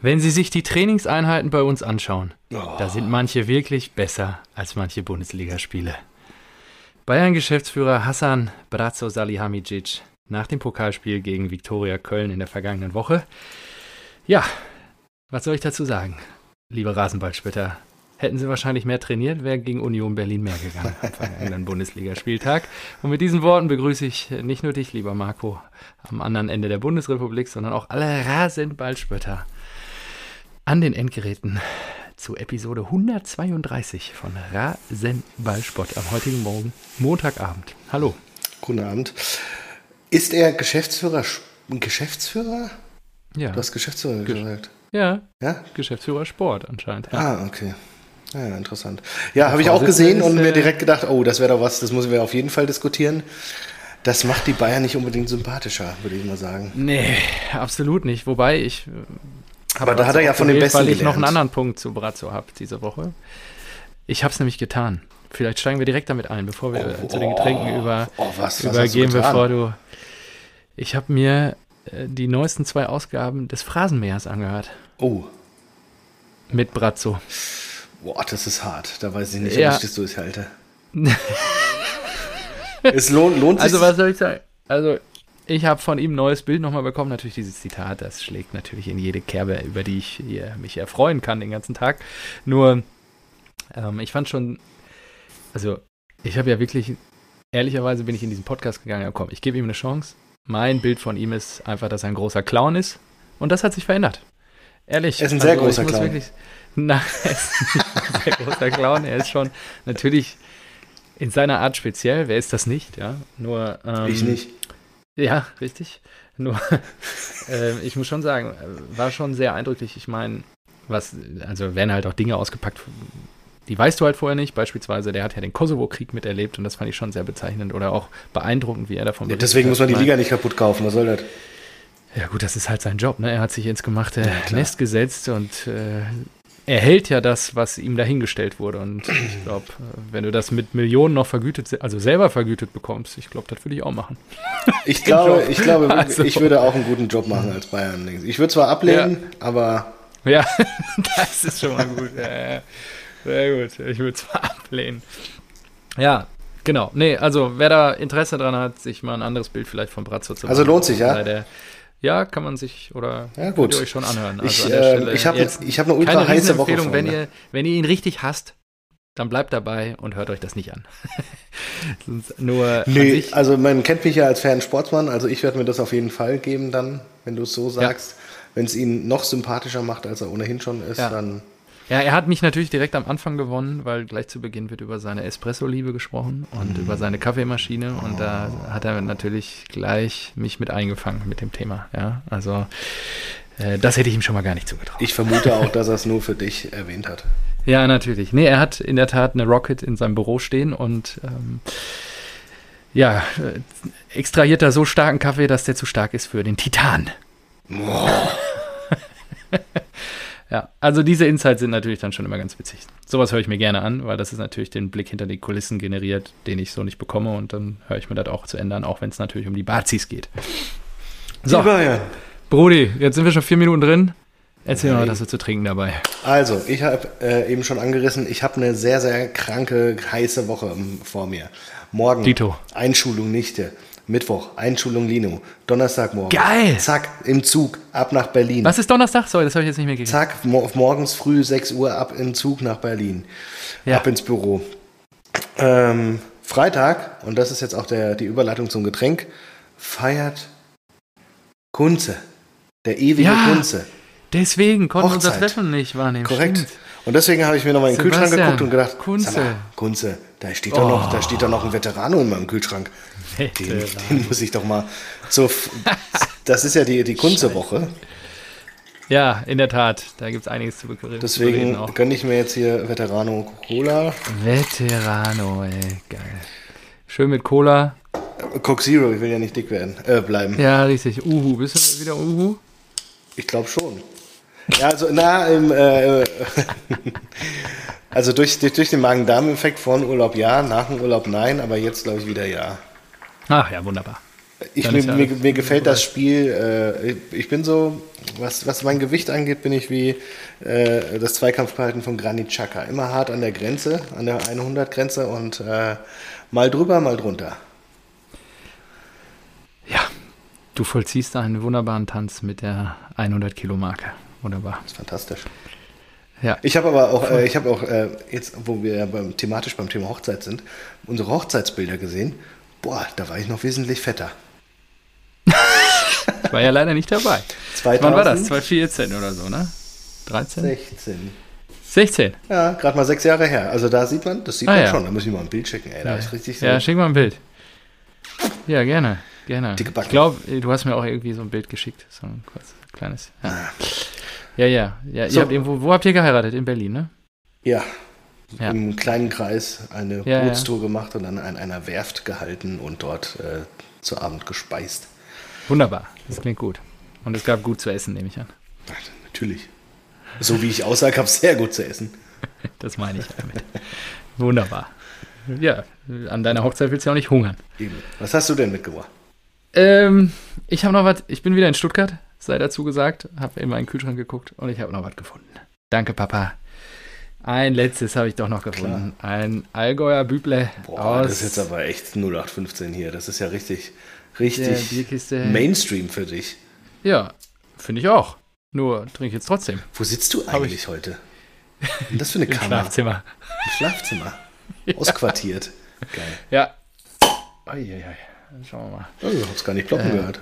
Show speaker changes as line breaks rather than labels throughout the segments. Wenn Sie sich die Trainingseinheiten bei uns anschauen,
Oh.
da sind manche wirklich besser als manche Bundesligaspiele. Bayern-Geschäftsführer Hassan Brazzo Salihamidzic nach dem Pokalspiel gegen Viktoria Köln in der vergangenen Woche. Ja, was soll ich dazu sagen, liebe Rasenballspötter? Hätten sie wahrscheinlich mehr trainiert, wäre gegen Union Berlin mehr gegangen am vergangenen Bundesligaspieltag. Und mit diesen Worten begrüße ich nicht nur dich, lieber Marco, am anderen Ende der Bundesrepublik, sondern auch alle Rasenballspötter an den Endgeräten zu Episode 132 von Rasenballsport am heutigen Morgen, Montagabend. Hallo.
Guten Abend. Ist er Geschäftsführer? Sch- Geschäftsführer?
Ja,
Du hast Geschäftsführer gesagt.
ja
Ja?
Geschäftsführer Sport anscheinend. Ja.
Ah, okay. Ja, ja, interessant. Ja, habe ich auch
Vorsitzende
gesehen
ist,
und mir
äh,
direkt gedacht, oh, das wäre doch was, das müssen wir auf jeden Fall diskutieren. Das macht die Bayern nicht unbedingt sympathischer, würde ich mal sagen.
Nee, absolut nicht. Wobei ich. äh,
Aber
hab
da hat er
Brazzo
ja von den
gewählt,
Besten
Weil ich noch einen
gelernt.
anderen Punkt zu Brazzo habe diese Woche. Ich habe es nämlich getan. Vielleicht steigen wir direkt damit ein, bevor wir äh, zu den Getränken über,
Oh, was, was hast du
übergehen,
getan?
bevor du. Ich habe mir äh, die neuesten zwei Ausgaben des Phrasenmähers angehört.
Oh,
Mit Brazzo.
boah, das ist hart. Da weiß ich nicht,
Ja.
ob ich das durchhalte. es lohnt, lohnt sich.
Also, was soll ich sagen? Also, ich habe von ihm ein neues Bild nochmal bekommen. Natürlich dieses Zitat, das schlägt natürlich in jede Kerbe, über die ich hier mich erfreuen kann den ganzen Tag. Nur, ähm, ich fand schon, also, ich habe ja wirklich, ehrlicherweise bin ich in diesen Podcast gegangen, ja, komm, ich gebe ihm eine Chance. Mein Bild von ihm ist einfach, dass er ein großer Clown ist. Und das hat sich verändert. Ehrlich. also
Er ist ein sehr großer
ich muss
Clown.
Wirklich, nein, er ist nicht ein sehr großer Clown. Er ist schon natürlich in seiner Art speziell. Wer ist das nicht? Ja, nur. Ähm,
ich nicht.
Ja, richtig. Nur, ähm, ich muss schon sagen, äh, war schon sehr eindrücklich. Ich meine, was, also werden halt auch Dinge ausgepackt, die weißt du halt vorher nicht. Beispielsweise, der hat ja den Kosovo-Krieg miterlebt und das fand ich schon sehr bezeichnend oder auch beeindruckend, wie er davon
Ja,
berichtet
deswegen
hat.
muss man die
Ich mein,
Liga nicht kaputt kaufen. Was soll das?
ja gut, das ist halt sein Job. Ne? Er hat sich ins gemachte
klar.
Nest gesetzt und äh, er hält ja das, was ihm dahingestellt wurde. Und ich glaube, wenn du das mit Millionen noch vergütet, se- also selber vergütet bekommst, ich glaube, das würde ich auch machen.
Ich glaube,
Job.
ich glaube, wirklich,
Also.
ich würde auch einen guten Job machen als Bayern. Ich würde zwar ablehnen, aber
Ja, das ist schon mal gut. Ja, ja. Sehr gut. Ich würde zwar ablehnen. Ja, genau. Nee, also wer da Interesse dran hat, sich mal ein anderes Bild vielleicht von Brazzo zu
Also
machen,
lohnt sich, ja?
bei der- ja, kann man sich oder
Ja, gut.
könnt ihr euch schon anhören. Also
ich,
an der
äh,
Stelle
ich habe
jetzt
ich hab eine ultra
keine
heiße Woche
Riesenempfehlung,
vor
wenn
mir.
ihr, wenn ihr ihn richtig hasst, dann bleibt dabei und hört euch das nicht an. Sonst nur an
Nö,
sich-
also man kennt mich ja als Fan Sportsmann, also ich werde mir das auf jeden Fall geben dann, wenn du es so sagst. Wenn es ihn noch sympathischer macht, als er ohnehin schon ist,
Ja.
dann
Ja, er hat mich natürlich direkt am Anfang gewonnen, weil gleich zu Beginn wird über seine Espresso-Liebe gesprochen und über seine Kaffeemaschine und da hat er natürlich gleich mich mit eingefangen mit dem Thema. Ja, also äh, das hätte ich ihm schon mal gar nicht zugetraut.
ich vermute auch, dass er es nur für dich erwähnt hat.
Ja, natürlich. Nee, er hat in der Tat eine Rocket in seinem Büro stehen und ähm, ja, äh, extrahiert da so starken Kaffee, dass der zu stark ist für den Titan. Ja, also diese Insights sind natürlich dann schon immer ganz witzig. Sowas höre ich mir gerne an, weil das ist natürlich den Blick hinter die Kulissen generiert, den ich so nicht bekomme und dann höre ich mir das auch zu ändern, auch wenn es natürlich um die Bazis geht. So,
Die Bayern.
Brody, jetzt sind wir schon vier Minuten drin. Erzähl mal, dass wir zu trinken dabei.
Also, ich habe äh, eben schon angerissen, ich habe eine sehr, sehr kranke, heiße Woche m, vor mir. Morgen
Dito.
Einschulung Nichte. Mittwoch Einschulung Lino. Donnerstagmorgen.
Geil!
Zack, im Zug, ab nach Berlin.
Was ist Donnerstag? Sorry, das habe ich jetzt nicht mehr gekriegt.
Zack, mo morgens früh 6 Uhr ab im Zug nach Berlin.
Ja.
Ab ins Büro. Ähm, Freitag, und das ist jetzt auch der, die Überleitung zum Getränk, feiert Kunze. Der ewige
Ja.
Kunze.
Deswegen konnten wir unser
Hochzeit.
Treffen nicht wahrnehmen.
Korrekt.
Stimmt.
Und deswegen habe ich mir nochmal in den
Sebastian,
Kühlschrank geguckt und gedacht,
Kunze. Oh.
sag mal, Kunze, da steht, doch noch, da steht doch noch ein Veterano in meinem Kühlschrank. Den, den muss ich doch mal zur. F- das ist ja die, die Kunze-Woche.
Ja, in der Tat. Da gibt es einiges zu begrüßen.
Deswegen
auch.
gönne ich mir jetzt hier Veterano Cola.
Veterano, ey. Geil. Schön mit Cola.
Coke Zero, ich will ja nicht dick werden, äh, bleiben.
Ja, richtig. Uhu. Bist du wieder Uhu?
Ich glaube schon. Ja, also, na, im, äh, äh, also durch, durch, durch den Magen-Darm-Effekt vor dem Urlaub ja, nach dem Urlaub nein, aber jetzt glaube ich wieder ja.
Ach ja, wunderbar.
Ich,
Dann
mir,
ist ja
mir,
alles
mir gefällt das Spiel. Äh, ich- ich bin so, was, was mein Gewicht angeht, bin ich wie äh, das Zweikampfverhalten von Granit Xhaka. Immer hart an der Grenze, an der 100-Grenze und äh, mal drüber, mal drunter.
Ja, du vollziehst da einen wunderbaren Tanz mit der 100-Kilo-Marke. Wunderbar.
Das ist fantastisch.
Ja.
Ich habe aber auch, äh, ich habe auch äh, jetzt, wo wir ja beim, thematisch beim Thema Hochzeit sind, unsere Hochzeitsbilder gesehen. Boah, da war ich noch wesentlich fetter.
Ich war ja leider nicht dabei.
2016.
Wann war das? 2014 oder so, ne? 13?
16.
16.
Ja, gerade mal sechs Jahre her. Also da sieht man, das sieht
Ah,
man
ja.
schon. Da muss ich mal ein Bild schicken. Ey, da ist richtig so.
ja, schick mal ein Bild. Ja, gerne. gerne.
Dicke Backen.
Ich glaube, du hast mir auch irgendwie so ein Bild geschickt. So ein kurz, kleines. Ja, ja. ja, ja.
Ah. So.
Ihr habt irgendwo, wo habt ihr geheiratet? In Berlin, ne?
ja.
Ja.
Im kleinen Kreis eine
Ja, ja.
Bootstour gemacht und dann an einer Werft gehalten und dort äh, zu Abend gespeist.
Wunderbar. Das klingt gut. Und es gab gut zu essen, nehme ich an.
Ja, Natürlich. So wie ich aussah, gab es sehr gut zu essen.
Das meine ich damit. Wunderbar. Ja, an deiner Hochzeit willst du ja auch nicht hungern.
Eben. Was hast du denn mitgebracht?
Ähm, ich habe noch was. Ich bin wieder in Stuttgart, sei dazu gesagt. Habe in meinen Kühlschrank geguckt und ich habe noch was gefunden. Danke, Papa. Ein letztes habe ich doch noch gefunden. Ein Allgäuer Büble
Boah,
aus
das ist jetzt aber echt 0815 hier. Das ist ja richtig,
der
richtig
Bierkiste.
Mainstream für dich.
ja, finde ich auch. Nur trinke ich jetzt trotzdem
Wo sitzt du eigentlich heute? Was ist das für eine
im
Kammer?
Schlafzimmer.
Im Schlafzimmer. Ausquartiert. Geil.
Ja. Eieiei. Schauen wir mal.
Oh, ich hab's gar nicht
Äh.
ploppen gehört.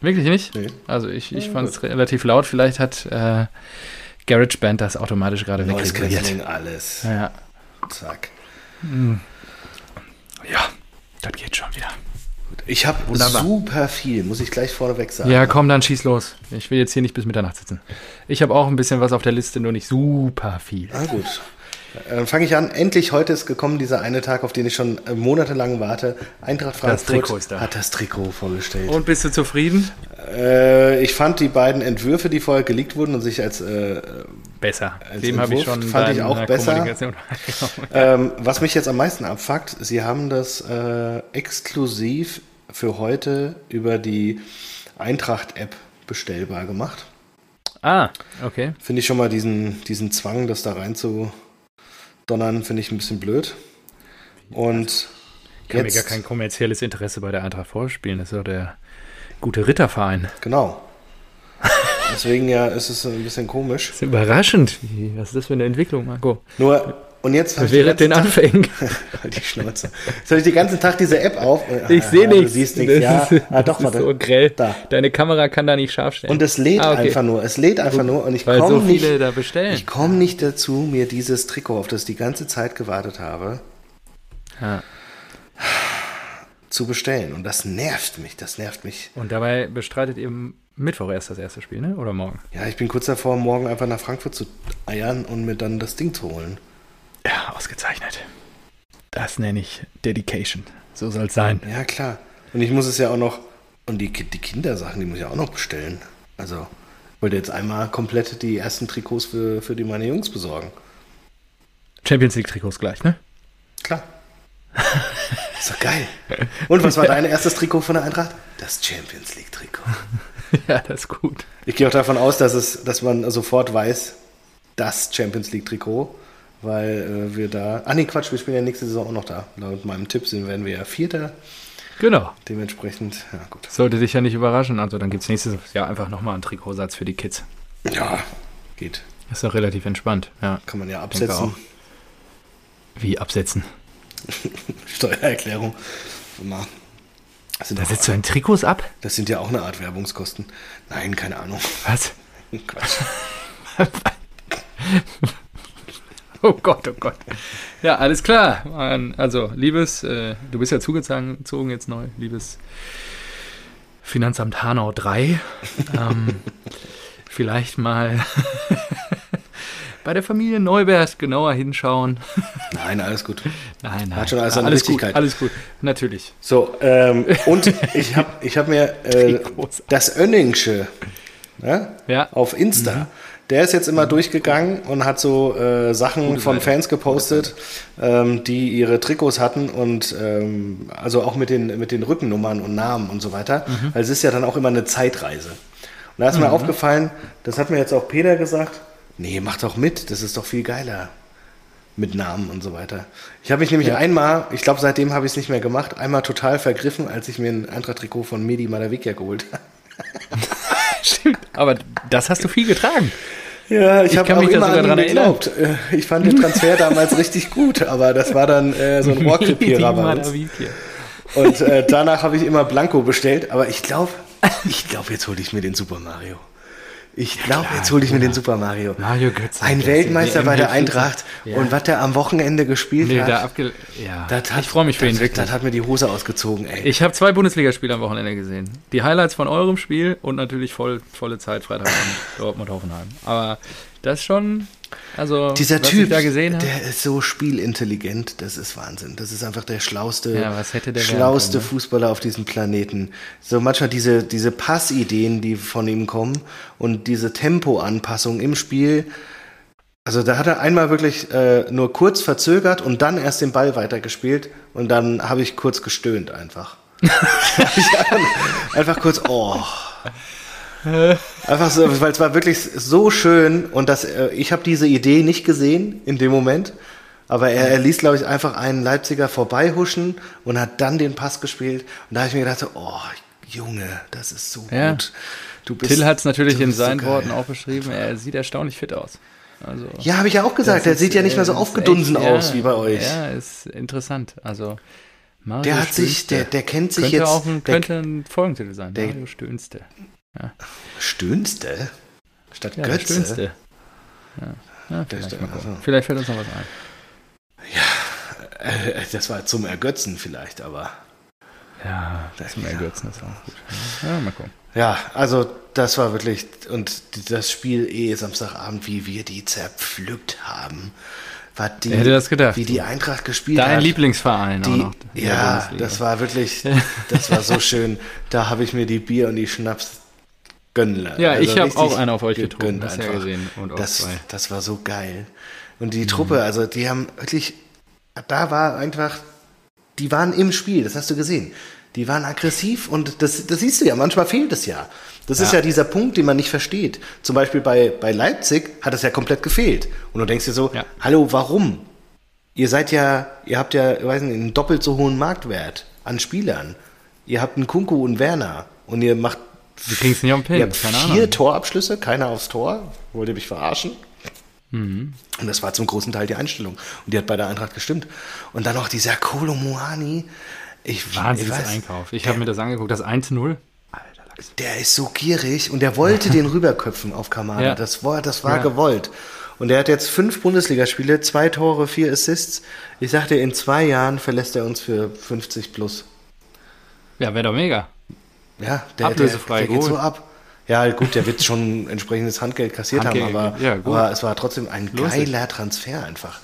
Wirklich nicht?
Nee.
Also ich, ich fand es relativ laut. Vielleicht hat äh, GarageBand das automatisch gerade
Neues
wegreguliert.
Canceling, alles.
Ja,
Zack.
ja, das geht schon wieder.
Gut. Ich habe
Wunderbar.
super viel, muss ich gleich vorneweg sagen.
Ja, komm, dann schieß los. Ich will jetzt hier nicht bis Mitternacht sitzen. Ich habe auch ein bisschen was auf der Liste, nur nicht super viel.
Na gut. Dann fange ich an. Endlich heute ist gekommen dieser eine Tag, auf den ich schon äh, monatelang warte. Eintracht
Das
Frankfurt
Trikot ist da.
hat das Trikot vorgestellt.
Und bist du zufrieden?
Äh, ich fand die beiden Entwürfe, die vorher geleakt wurden und sich als äh,
Besser.
Als
Dem habe ich
Entwurf
schon
fand ich
deine
auch besser.
Kommunikation angenommen.
ähm, was mich jetzt am meisten abfuckt, sie haben das äh, exklusiv für heute über die Eintracht-App bestellbar gemacht.
Ah, okay.
Finde ich schon mal diesen, diesen Zwang, das da rein zu donnern, finde ich ein bisschen blöd. Und
Ich kann mir
Jetzt-
gar kein kommerzielles Interesse bei der Eintracht vorspielen. Das ist doch der gute Ritterverein.
genau. Deswegen ja, ist es ein bisschen komisch.
Das ist überraschend. Wie- Was ist das für eine Entwicklung, Marco?
Nur, und jetzt habe ich,
Während
den
den
ganzen
Anfängen.
Tag- Halt die Schnauze. Jetzt habe ich den ganzen Tag diese App auf. und-
Ich
Ah,
sehe
Du
nichts.
siehst nichts,
Das
ja.
Ist,
ah, doch,
das
warte.
ist so grell.
Da.
Deine Kamera kann da nicht scharf stellen.
Und es lädt
Ah, okay.
einfach nur. Es lädt einfach nur. Und ich
Weil
komme
so viele
nicht,
da bestellen.
ich komm nicht dazu, mir dieses Trikot, auf das ich die ganze Zeit gewartet habe,
ja.
zu bestellen. Und das nervt mich. Das nervt mich.
Und dabei bestreitet eben Mittwoch erst das erste Spiel, ne? Oder morgen?
Ja, ich bin kurz davor, morgen einfach nach Frankfurt zu eiern und mir dann das Ding zu holen.
Ja, ausgezeichnet. Das nenne ich Dedication. So soll es sein.
Ja, klar. Und ich muss es ja auch noch. Und die, Ki- die Kindersachen, die muss ich auch noch bestellen. Also, ich wollte jetzt einmal komplett die ersten Trikots für, für die meine Jungs besorgen.
Champions League Trikots gleich, ne?
Klar. Ist doch geil. Und was war dein erstes Trikot von der Eintracht? Das Champions League Trikot.
ja, das ist gut.
Ich gehe auch davon aus, dass, es, dass man sofort weiß, das Champions League Trikot, weil äh, wir da. Ah, nee, Quatsch, wir spielen ja nächste Saison auch noch da. Laut meinem Tipp sind, werden wir ja Vierter.
Genau.
Dementsprechend, ja, gut.
Sollte dich ja nicht überraschen. Also dann gibt es nächstes Jahr einfach nochmal einen Trikotsatz für die Kids.
Ja, geht.
Ist doch relativ entspannt. Ja.
Kann man ja
Denke
absetzen.
Wie absetzen?
Steuererklärung. Immer. Das sind,
Da
auch,
setzt du ein Trikots ab?
das sind ja auch eine Art Werbungskosten. Nein, keine Ahnung.
Was?
Quatsch.
Oh Gott, oh Gott. Ja, alles klar. Mann. Also, liebes, äh, du bist ja zugezogen zogen jetzt neu, liebes Finanzamt Hanau 3. Ähm, vielleicht mal bei der Familie Neubert genauer hinschauen.
Nein, alles gut.
Nein, nein.
Hat schon alles seine
alles gut,
Richtigkeit.
alles gut. Natürlich.
So, ähm, und ich habe ich hab mir äh,
Trikots.
das Önningsche ne?
Ja. Mhm.
auf Insta. Der ist jetzt immer durchgegangen und hat so äh, Sachen
Gute
von
Seite.
Fans gepostet, ähm, die ihre Trikots hatten und ähm, also auch mit den, mit den Rückennummern und Namen und so weiter.
Mhm.
Weil es ist ja dann auch immer eine Zeitreise. Und da ist mir aufgefallen, das hat mir jetzt auch Peter gesagt, nee, mach doch mit, das ist doch viel geiler mit Namen und so weiter. Ich habe mich nämlich einmal, ich glaube, seitdem habe ich es nicht mehr gemacht, einmal total vergriffen, als ich mir ein Eintracht-Trikot von Medi Madavikia geholt habe.
Stimmt. Aber das hast du viel getragen.
Ja, ich, habe
kann
auch
mich da
immer
sogar
an ihn
dran erinnern.
geglaubt. Äh, Ich fand den Transfer damals richtig gut, aber das war dann äh, so ein Rohrkrepierer bei uns.
Madavikia.
Und äh, danach habe ich immer Blanco bestellt, aber ich glaube, ich glaube, jetzt hole ich mir den Super Mario. Ich glaube, jetzt hole ich mir den Super Mario.
Mario Götze.
Ein
Der
Weltmeister
ist
bei der
WM
Eintracht
Ja.
und was der am Wochenende gespielt
Nee,
hat.
da abge ja.
das hat-
ich freue mich für
das,
ihn wirklich.
Das hat mir die Hose ausgezogen, ey.
Ich habe zwei Bundesligaspiele am Wochenende gesehen. Die Highlights von eurem Spiel und natürlich voll, volle Zeit Freitagabend Dortmund-Hoffenheim. Aber das schon, also
Dieser
was
Typ,
ich da gesehen habe.
der ist so spielintelligent, das ist Wahnsinn. Das ist einfach der schlauste,
Ja, was hätte der werden
schlauste
können, ne?
Fußballer auf diesem Planeten. So manchmal diese, diese Passideen, die von ihm kommen und diese Tempoanpassung im Spiel. Also da hat er einmal wirklich äh, nur kurz verzögert und dann erst den Ball weitergespielt und dann habe ich kurz gestöhnt einfach. Hab ich einfach kurz, oh. Einfach so, weil es war wirklich so schön und das, äh, ich habe diese Idee nicht gesehen in dem Moment, aber er, er ließ, glaube ich, einfach einen Leipziger vorbeihuschen und hat dann den Pass gespielt und da habe ich mir gedacht, so, oh, Junge, das ist so
Ja.
gut. Du bist,
Till hat es natürlich
du
in
bist so
seinen
geil.
Worten auch beschrieben. Er sieht erstaunlich fit aus. Also,
Ja, habe ich ja auch gesagt, der
das
sieht
ist,
ja nicht mehr so
äh, ist
aufgedunsen
echt-
aus
ja,
wie bei euch.
Ja, ist interessant. Also Mario
Der hat sich,
Stönste.
der, der kennt sich
könnte
jetzt.
auch ein,
der
könnte ein Folgentitel sein.
der-
Mario Stönste.
Stöhnste? Statt
Ja, der
Götze?
Stönste. Ja. Ja, vielleicht,
Stö-
mal gucken.
also.
vielleicht fällt uns noch was ein.
Äh, Das war zum Ergötzen vielleicht, aber.
Ja,
Das-
zum Ergötzen ist auch gut. Ja, mal gucken.
Ja, also das war wirklich. Und die- das Spiel eh Samstagabend, wie wir die zerpflückt haben. Was die,
Wer hätte das gedacht?
Wie die Eintracht gespielt
Dein
hat.
Lieblingsverein auch
Die,
noch. in der
ja,
Bundesliga.
das war wirklich, das war so schön. Da habe ich mir die Bier und die Schnaps gönnen lassen.
Ja,
Also
ich habe
richtig
auch einen auf euch
gegönnt
getrunken, hast ja
einfach.
gesehen. Und auch
das,
zwei. Mhm.
das war so geil. Und die Truppe, also die haben wirklich, da war einfach, die waren im Spiel, das hast du gesehen. Die waren aggressiv und das, das siehst du ja, manchmal fehlt es ja. Das ist
Ja.
ja dieser Punkt, den man nicht versteht. Zum Beispiel bei, bei Leipzig hat es ja komplett gefehlt. Und du denkst dir so,
Ja.
hallo, warum? Ihr seid ja, ihr habt ja, ich weiß nicht, einen doppelt so hohen Marktwert an Spielern. Ihr habt einen Kunku und Werner und ihr macht
Wir kriegen's nicht auf den Pin,
ihr habt
keine
vier
Ahnung.
Torabschlüsse, keiner aufs Tor. Wollt ihr mich verarschen?
Mhm.
Und das war zum großen Teil die Einstellung. Und die hat bei der Eintracht gestimmt. Und dann noch dieser Kolo Muani. Ich, ich
Wahnsinns
weiß,
Einkauf. Ich habe mir das angeguckt, das 1-0. Alter Lachs.
der ist so gierig und der wollte den rüberköpfen auf Kamada.
Ja.
Das war, das war
Ja.
gewollt. Und er hat jetzt fünf Bundesligaspiele, zwei Tore, vier Assists. Ich sagte, in zwei Jahren verlässt er uns für 50 plus.
Ja, wäre doch mega.
Ja, der,
Ablösefrei
der, der geht so
geholt.
ab. Ja, gut, der wird schon entsprechendes Handgeld kassiert
Handgeld,
haben, aber,
ja, gut.
aber es war trotzdem ein
Lohnt sich.
geiler Transfer einfach.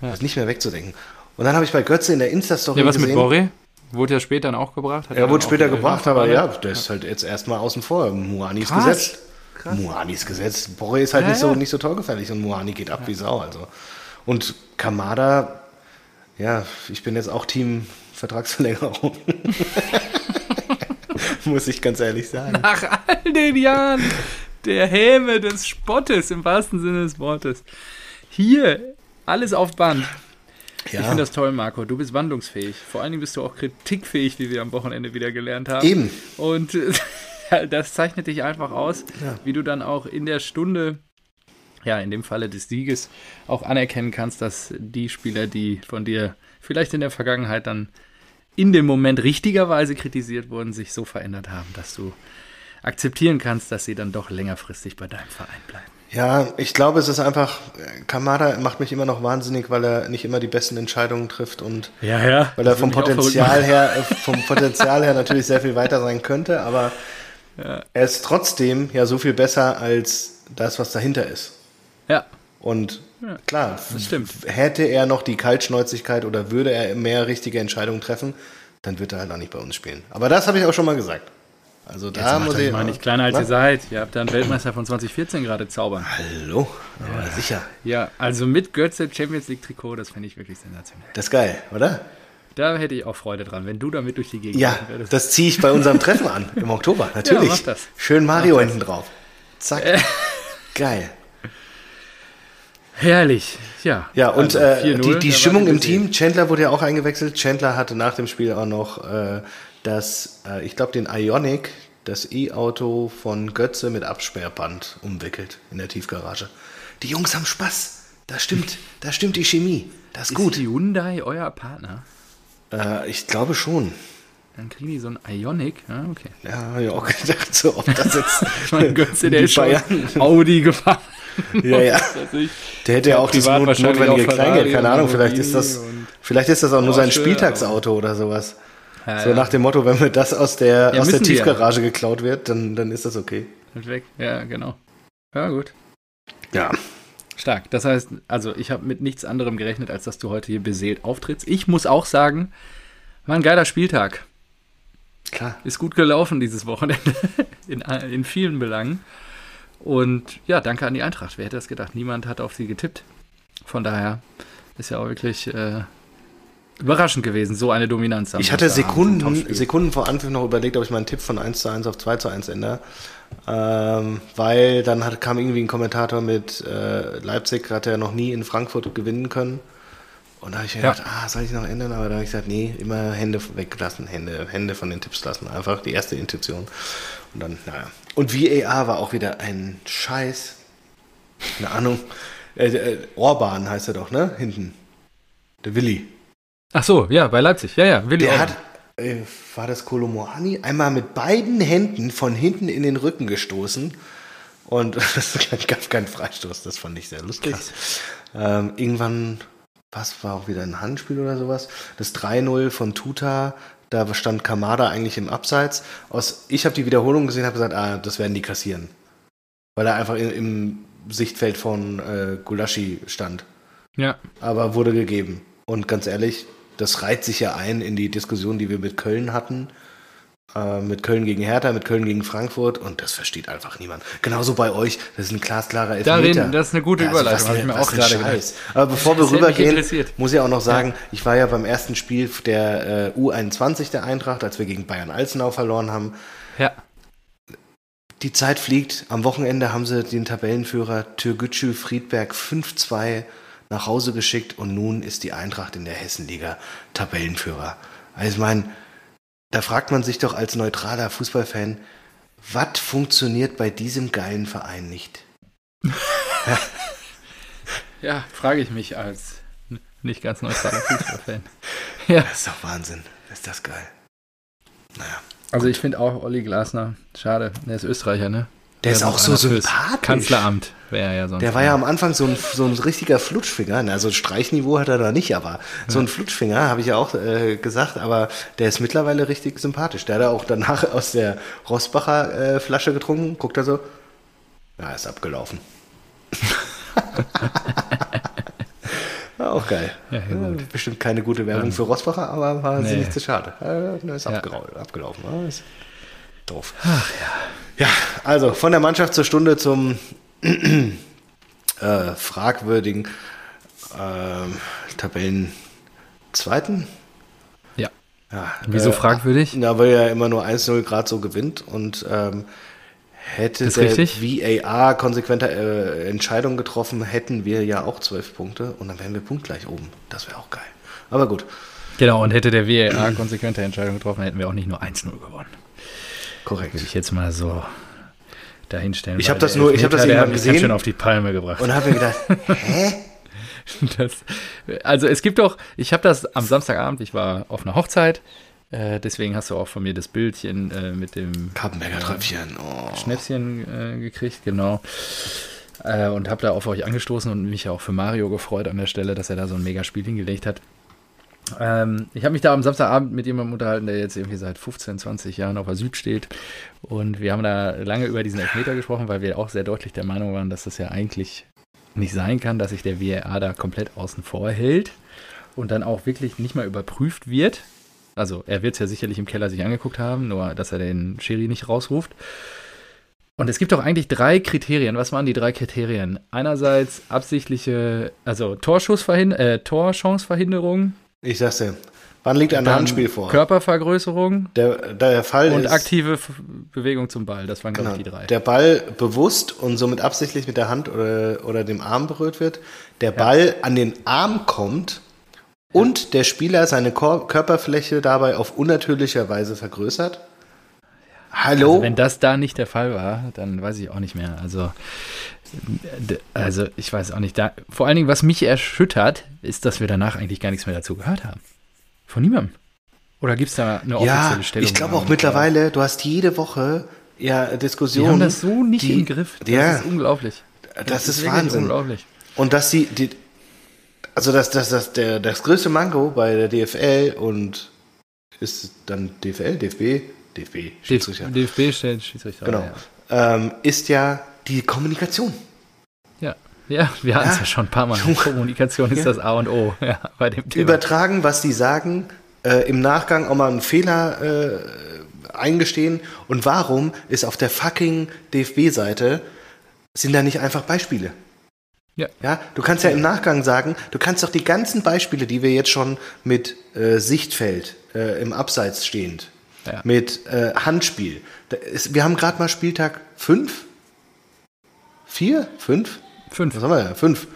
Das ist nicht mehr wegzudenken. Und dann habe ich bei Götze in der Insta-Story
Ja, was mit
gesehen.
Boré? Wurde ja später dann auch gebracht. Hat
er
dann
wurde
auch
später
wieder-
gebracht, aber ja, der ist halt jetzt erstmal außen vor. Muani ist
Krass.
gesetzt. Muani ist gesetzt. Borre ist halt
Ja,
nicht, So,
ja.
nicht so torgefährlich und Muani geht ab wie Sau. Also. Und Kamada, ja, ich bin jetzt auch Team Vertragsverlängerung. Muss ich ganz ehrlich sagen.
Nach all den Jahren der Häme des Spottes, im wahrsten Sinne des Wortes. Hier, alles auf Band. Ich finde das toll, Marco. Du bist wandlungsfähig. Vor allen Dingen bist du auch kritikfähig, wie wir am Wochenende wieder gelernt haben.
Eben.
Und äh, das zeichnet dich einfach aus,
Ja.
wie du dann auch in der Stunde, ja, in dem Falle des Sieges, auch anerkennen kannst, dass die Spieler, die von dir vielleicht in der Vergangenheit dann in dem Moment richtigerweise kritisiert wurden, sich so verändert haben, dass du akzeptieren kannst, dass sie dann doch längerfristig bei deinem Verein bleiben.
Ja, ich glaube, es ist einfach, äh, Kamada macht mich immer noch wahnsinnig, weil er nicht immer die besten Entscheidungen trifft und
Ja, ja.
weil er vom Potenzial her, äh, vom Potenzial her natürlich sehr viel weiter sein könnte, aber er ist trotzdem ja so viel besser als das, was dahinter ist.
Ja,
Und klar,
das stimmt.
hätte er noch die Kaltschnäuzigkeit oder würde er mehr richtige Entscheidungen treffen, dann wird er halt auch nicht bei uns spielen. Aber das habe ich auch schon mal gesagt. Also da muss ich.
mal nicht kleiner als ihr seid. Ihr habt da einen Weltmeister von 2014 gerade zaubern.
Hallo? Aber sicher.
Ja, also mit Götze Champions League Trikot, das fände ich wirklich sensationell.
Das ist geil, oder?
Da hätte ich auch Freude dran, wenn du damit durch die Gegend
Ja,
laufen würdest.
das ziehe ich bei unserem Treffen an im Oktober, natürlich.
mach das. Äh.
Schön Mario hinten drauf. Zack. Geil.
Herrlich. Ja.
Ja, und
also 4-0,
äh, die,
da war
die Stimmung im
gesehen.
Team, Chandler wurde ja auch eingewechselt. Chandler hatte nach dem Spiel auch noch äh, das, äh, ich glaube, den Ionic, das E-Auto von Götze mit Absperrband umwickelt in der Tiefgarage. Die Jungs haben Spaß. Da stimmt, da stimmt die Chemie. Das ist
Ist
gut.
Hyundai euer Partner?
Äh, ich glaube schon.
Dann kriegen die so ein Ionic. Ja, okay.
Ja, hab ich auch gedacht, so ob das jetzt
Ich meine, Götze, der
die
ist schon
Bayern-
Audi gefahren.
Ja, ja.
Was weiß ich.
Der hätte ja auch das
privat
not
wahrscheinlich
notwendige
auch Ferrari
Kleingeld, keine
und
Ahnung, vielleicht ist
Lamborghini
das,
und-
vielleicht ist das auch nur sein
Porsche,
Spieltagsauto oder sowas.
Ja,
so
Ah, ja.
nach dem Motto, wenn mir das aus der,
Ja,
aus der
müssen wir.
Tiefgarage geklaut wird, dann, dann ist das okay.
Und weg. Ja, genau. Ja, gut.
Ja.
Stark. Das heißt, also ich habe mit nichts anderem gerechnet, als dass du heute hier beseelt auftrittst. Ich muss auch sagen, war ein geiler Spieltag.
Klar.
Ist gut gelaufen dieses Wochenende in, all- in vielen Belangen. Und ja, danke an die Eintracht. Wer hätte das gedacht? Niemand hat auf sie getippt. Von daher ist ja auch wirklich äh, überraschend gewesen, so eine Dominanz. am
Ich hatte
Samstagabend im
Sekunden,
Topspiel.
Sekunden vor Anpfiff noch überlegt, ob ich meinen Tipp von 1 zu 1 auf 2 zu 1 ändere. Ähm, weil dann hat, kam irgendwie ein Kommentator mit äh, Leipzig, hat er noch nie in Frankfurt gewinnen können. Und da habe ich mir
Ja.
gedacht, ah, soll ich noch ändern? Aber dann habe ich gesagt, nee, immer Hände weglassen, Hände, Hände von den Tipps lassen. Einfach die erste Intuition. Und dann, naja. Und VAR war auch wieder ein Scheiß. Keine Ahnung. Äh, äh, Orban heißt er doch, ne? Hinten. Der Willi.
Ach so, ja, bei Leipzig. Ja, ja, Willi
Der
Orban.
hat, äh, war das Kolomoani, einmal mit beiden Händen von hinten in den Rücken gestoßen. Und es gab keinen Freistoß, das fand ich sehr lustig. Ähm, irgendwann, was war auch wieder ein Handspiel oder sowas? Das 3-0 von Tuta, da stand Kamada eigentlich im Abseits. Aus, ich habe die Wiederholung gesehen, habe gesagt, ah, das werden die kassieren. Weil er einfach im, im Sichtfeld von äh, Gulaschi stand
Ja,
aber wurde gegeben. Und ganz ehrlich, das reiht sich ja ein in die Diskussion, die wir mit Köln hatten. Äh, mit Köln gegen Hertha, mit Köln gegen Frankfurt. Und das versteht einfach niemand. Genauso bei euch, das ist ein glasklarer
Da
Elfmeter. also
reden- das ist eine gute Überleitung,
was
habe ich
denn-
mir
was
auch
denn
gerade gedacht.
Scheiß. Aber bevor wir
Das hätte mich
rübergehen,
interessiert.
muss ich auch noch sagen, ich war ja beim ersten Spiel der äh, U21 der Eintracht, als wir gegen Bayern Alzenau verloren haben.
ja.
Die Zeit fliegt. Am Wochenende haben sie den Tabellenführer Türgücü Friedberg 5-2 nach Hause geschickt und nun ist die Eintracht in der Hessenliga Tabellenführer. Also ich meine, da fragt man sich doch als neutraler Fußballfan, was funktioniert bei diesem geilen Verein nicht?
Ja, frage ich mich als n- nicht ganz neutraler Fußballfan. ja,
Das ist doch Wahnsinn. Ist das geil. Naja.
also ich finde auch Olli Glasner, schade, der ist Österreicher, ne?
Der ist
Wär
auch
noch
so
einer fürs
sympathisch.
Kanzleramt wäre ja sonst.
Der war ja am Anfang so ein, so ein richtiger Flutschfinger. Na, Also Streichniveau hat er da nicht, aber so ein Flutschfinger, habe ich ja auch äh, gesagt, aber der ist mittlerweile richtig sympathisch. Der hat auch danach aus der Rossbacher äh, Flasche getrunken, guckt er so, ja, ist abgelaufen. War auch geil.
Ja, ja, gut.
Äh, Bestimmt keine gute Werbung für Rossbacher, aber war
Hm.
sie
Ähm, Nee.
nicht zu schade. Äh, na, ist
Ja.
abgerau- abgelaufen. Ah, ist doof. ja. also von der Mannschaft zur Stunde zum äh, fragwürdigen ähm, Tabellen zweiten.
Ja.
Ja, äh,
Wieso fragwürdig?
Na, weil er immer nur 1-0 Grad so gewinnt und ähm, hätte
Das
der
richtig?
VAR konsequenter äh, Entscheidungen getroffen, hätten wir ja auch zwölf Punkte und dann wären wir punktgleich oben. Das wäre auch geil. Aber gut,
Genau, und hätte der WLA konsequente Entscheidung getroffen, hätten wir auch nicht nur 1-0 gewonnen.
korrekt.
Würde ich jetzt mal so dahinstellen.
Ich
weil
hab das
der
nur- ich hab
Elfmeter, der
das
hat
irgendwann
mich
gesehen.
Ganz schön auf die Palme gebracht.
Und habe mir gedacht, hä?
Das, also es gibt doch, ich habe das am Samstagabend, ich war auf einer Hochzeit, äh, deswegen hast du auch von mir das Bildchen äh, mit dem
Kappenberger Tröpfchen. Oh.
Schnäpschen äh, gekriegt, genau. Äh, und habe da auf euch angestoßen und mich auch für Mario gefreut an der Stelle, dass er da so ein mega Spiel hingelegt hat. Ähm, ich habe mich da am Samstagabend mit jemandem unterhalten, der jetzt irgendwie seit 15, 20 Jahren auf der Süd steht. Und wir haben da lange über diesen Elfmeter gesprochen, weil wir auch sehr deutlich der Meinung waren, dass das ja eigentlich nicht sein kann, dass sich der VAR da komplett außen vor hält und dann auch wirklich nicht mal überprüft wird. Also er wird es ja sicherlich im Keller sich angeguckt haben, nur dass er den Schiri nicht rausruft. Und es gibt doch eigentlich drei Kriterien. Was waren die drei Kriterien? Einerseits absichtliche, also Torschussverhin äh, Torchanceverhinderung.
Ich sag's dir. Wann liegt ein
dann
Handspiel vor?
Körpervergrößerung
Der, der Fall
und
ist,
aktive F Bewegung zum Ball. Das waren,
genau,
glaube ich, die drei.
der Ball bewusst und somit absichtlich mit der Hand oder, oder dem Arm berührt wird, der Ball an den Arm kommt und der Spieler seine Kor Körperfläche dabei auf unnatürlicher Weise vergrößert. Hallo?
Also wenn das da nicht der Fall war, dann weiß ich auch nicht mehr. Also, d- also ich weiß auch nicht. Da, vor allen Dingen, was mich erschüttert, ist, dass wir danach eigentlich gar nichts mehr dazu gehört haben. Von niemandem. Oder gibt es da eine offizielle
ja,
Stellung?
ich glaube auch mittlerweile, du hast jede Woche ja
Die
Diskussionen.
haben das so nicht
die-
im Griff. Das
ja,
ist unglaublich.
das, ist
wirklich
Wahnsinn.
Unglaublich.
Und dass sie, die, also das, das, das, der, das größte Manko bei der DFL und ist dann DFL, DFB, DFB, Schiedsrichter,
DFB stellt Schiedsrichter.
genau,
Ja,
ähm, ist ja die Kommunikation.
ja. ja wir hatten es ja.
Ja.
schon ein paar Mal.
Junge.
Kommunikation ist
Ja.
das A und O ja, bei dem Thema.
Übertragen, was die sagen, äh, im Nachgang auch mal einen Fehler äh, eingestehen und warum ist auf der fucking DFB-Seite sind da nicht einfach Beispiele?
Ja.
Ja, du kannst ja im Nachgang sagen, du kannst doch die ganzen Beispiele, die wir jetzt schon mit äh, Sichtfeld äh, im Abseits stehend,
Ja.
mit äh, Handspiel. Da ist, wir haben gerade mal Spieltag 5? 4? 5?
fünf,
Was haben wir da? 5.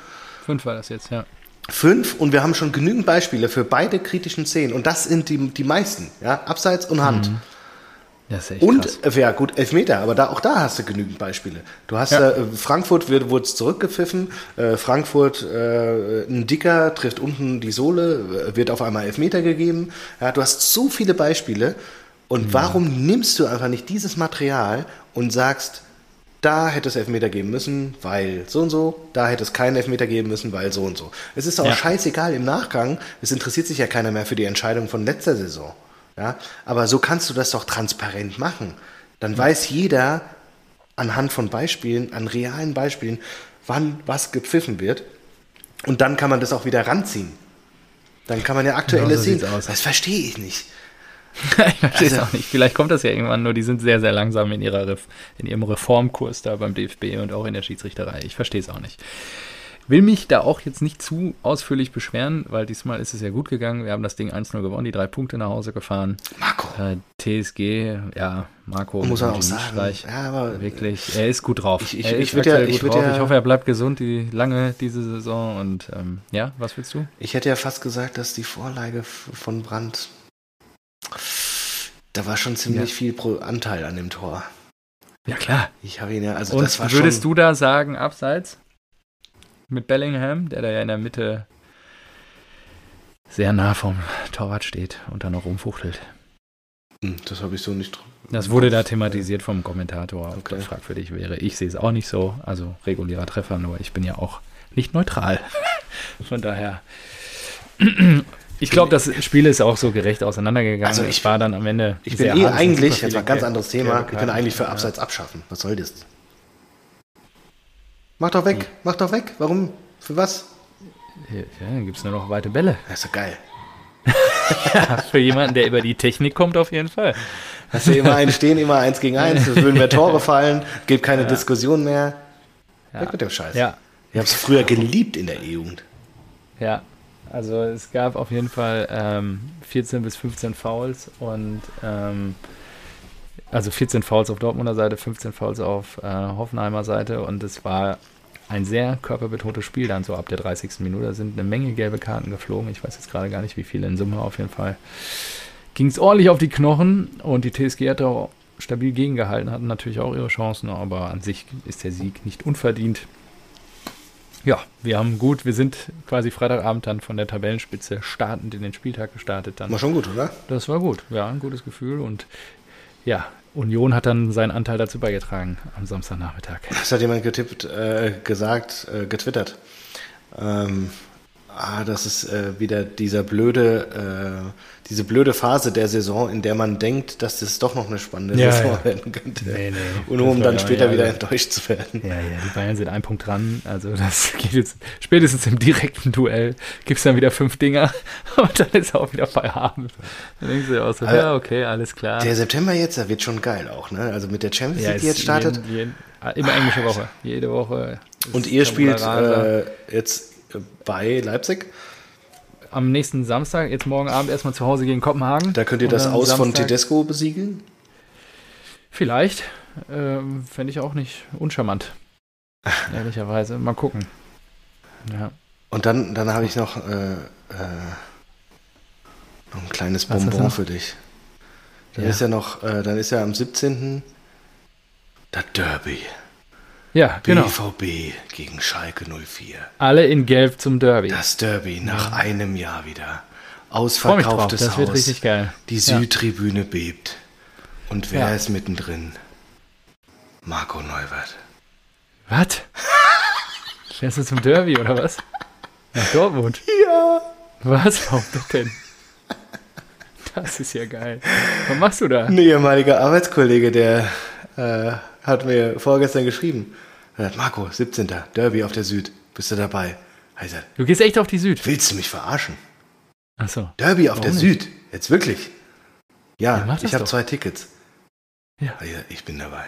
fünf war das jetzt, ja.
Fünf und wir haben schon genügend Beispiele für beide kritischen Szenen und das sind die, die meisten, ja, Abseits und Hand.
Das ist echt Mhm. krass.
Und, äh, ja gut, Elfmeter, aber da, auch da hast du genügend Beispiele. Du hast,
Ja.
äh, Frankfurt wird, wurde zurückgepfiffen, äh, Frankfurt, äh, ein Dicker trifft unten die Sohle, äh, wird auf einmal Elfmeter gegeben. Ja, du hast so viele Beispiele
Mhm.
und warum nimmst du einfach nicht dieses Material und sagst, da hätte es Elfmeter geben müssen, weil so und so, da hätte es keinen Elfmeter geben müssen, weil so und so. Es ist auch
Ja.
scheißegal im Nachgang, es interessiert sich ja keiner mehr für die Entscheidung von letzter Saison. Ja? Aber so kannst du das doch transparent machen. Dann weiß jeder anhand von Beispielen, an realen Beispielen, wann was gepfiffen wird. Und dann kann man das auch wieder ranziehen. Dann kann man ja aktuelle
Genau so
sehen.
sieht's aus.
Das verstehe ich nicht.
Ich verstehe
Also
es auch nicht. Vielleicht kommt das ja irgendwann, nur die sind sehr, sehr langsam in, ihrer Ref in ihrem Reformkurs da beim DFB und auch in der Schiedsrichterei. Ich verstehe es auch nicht. Will mich da auch jetzt nicht zu ausführlich beschweren, weil diesmal ist es ja gut gegangen. Wir haben das Ding 1-0 gewonnen, die drei Punkte nach Hause gefahren.
Marco,
Äh, TSG, ja, Marco.
muss man
mit
auch
dem
sagen.
Streich.
Ja, aber
Wirklich, er ist gut drauf.
Ich- ich-
er
ich
ist
würd ja-
aktuell
ich
gut
würd
drauf.
ja-
ich hoffe, er bleibt gesund die lange diese Saison. Und ähm, ja, was willst du?
Ich hätte ja fast gesagt, dass die Vorlage f- von Brandt. Da war schon ziemlich viel Pro Anteil an dem Tor.
Ja, klar.
Ich habe ihn ja, also
Und
das war
würdest
schon.
du da sagen, abseits mit Bellingham, der da ja in der Mitte sehr nah vom Torwart steht und dann noch rumfuchtelt.
Du Hm, das habe ich so nicht. dr-
Das wurde da thematisiert vom Kommentator, ob
Okay.
das fragwürdig wäre. Ich sehe es auch nicht so, also regulärer Treffer, nur ich bin ja auch nicht neutral. Von daher. Ich glaube, das Spiel ist auch so gerecht auseinandergegangen.
Also
Es
ich-
war dann am Ende.
Ich bin
sehr
eh
hart. Es sind
eigentlich,
super
jetzt mal
viele
ganz
gelbe-
anderes Thema,
gelbe
ich bin eigentlich für
Karten.
Abseits abschaffen. Was soll das? Mach doch
Hm.
weg, mach doch weg. Warum? Für was?
Ja, dann gibt es nur noch weite Bälle.
Das ist doch geil.
Für jemanden, der über die Technik kommt, auf jeden Fall.
Hast du immer einen stehen, immer eins gegen eins, es würden mehr Tore fallen, gibt keine Diskussion mehr. Ja. Weg mit dem Scheiß.
Ja,
Ich habe es früher geliebt in der E-Jugend.
ja. Also es gab auf jeden Fall ähm, 14 bis 15 Fouls und ähm, also 14 Fouls auf Dortmunder Seite, 15 Fouls auf äh, Hoffenheimer Seite und es war ein sehr körperbetontes Spiel dann so ab der 30. Minute. Da sind eine Menge gelbe Karten geflogen. Ich weiß jetzt gerade gar nicht, wie viele in Summe auf jeden Fall. Ging es ordentlich auf die Knochen und die TSG hat auch stabil gegengehalten, hatten natürlich auch ihre Chancen, aber an sich ist der Sieg nicht unverdient. Ja, wir haben gut, wir sind quasi Freitagabend dann von der Tabellenspitze startend in den Spieltag gestartet dann.
War schon gut, oder?
Das war gut, ja, ein gutes Gefühl und ja, Union hat dann seinen Anteil dazu beigetragen am Samstagnachmittag.
Das hat jemand getippt, äh, gesagt, äh, getwittert. Ähm, ah, das ist äh, wieder dieser blöde, äh, diese blöde Phase der Saison, in der man denkt, dass das doch noch eine spannende
Ja,
Saison
ja.
werden könnte.
Nee, nee.
Und
Das
um
war
dann
ja-
später
ja,
wieder
ja.
enttäuscht zu werden.
Ja, ja, die Bayern sind ein Punkt dran. Also das geht jetzt spätestens im direkten Duell gibt es dann wieder fünf Dinger und dann ist auch wieder Feierabend. Dann denkst du dir auch so,
Aber
ja, okay, alles klar.
Also, Der September jetzt, der wird schon geil auch, ne? Also mit der Champions
ja,
League,
es
die jetzt startet.
Jeden, jeden, ah, immer englische Woche. Jede Woche. ist
Und ihr spielt
Tabula rasa.
äh, jetzt äh, bei Leipzig.
am nächsten Samstag, jetzt morgen Abend erstmal zu Hause gegen Kopenhagen.
Da könnt ihr
Und
das
am
Aus von
Samstag-
Tedesco besiegeln.
Vielleicht. Ähm, Fände ich auch nicht uncharmant.
Ah.
Ehrlicherweise. Mal gucken. Ja.
Und dann, dann habe ich noch, äh, äh, noch ein kleines
Was ist
Bonbon
noch?
für dich. Dann
Ja.
ist ja noch, äh, dann ist ja am 17. Das Derby.
Ja, genau.
BVB gegen Schalke 04.
Alle in Gelb zum Derby.
Das Derby nach einem Jahr wieder.
Freue mich drauf.
Ausverkauftes
Das wird
Haus.
richtig geil.
Die
Ja.
Südtribüne bebt. Und wer
Ja.
ist mittendrin? Marco Neuwert.
Was? Fährst du zum Derby oder was? Nach Dortmund?
Ja.
Was? Warum das denn? Das ist ja geil. Was machst du da?
Ein ehemaliger Arbeitskollege, der äh, hat mir vorgestern geschrieben. Er hat Marco, 17. Derby auf der Süd. Bist du dabei? Er sagt,
Du gehst echt auf die Süd.
willst du mich verarschen?
Achso.
Derby auf
Warum
der
nicht?
Süd. Jetzt wirklich?
Ja,
Ja,
mach das
ich habe
doch.
zwei Tickets.
Ja.
Er sagt, Ich bin dabei.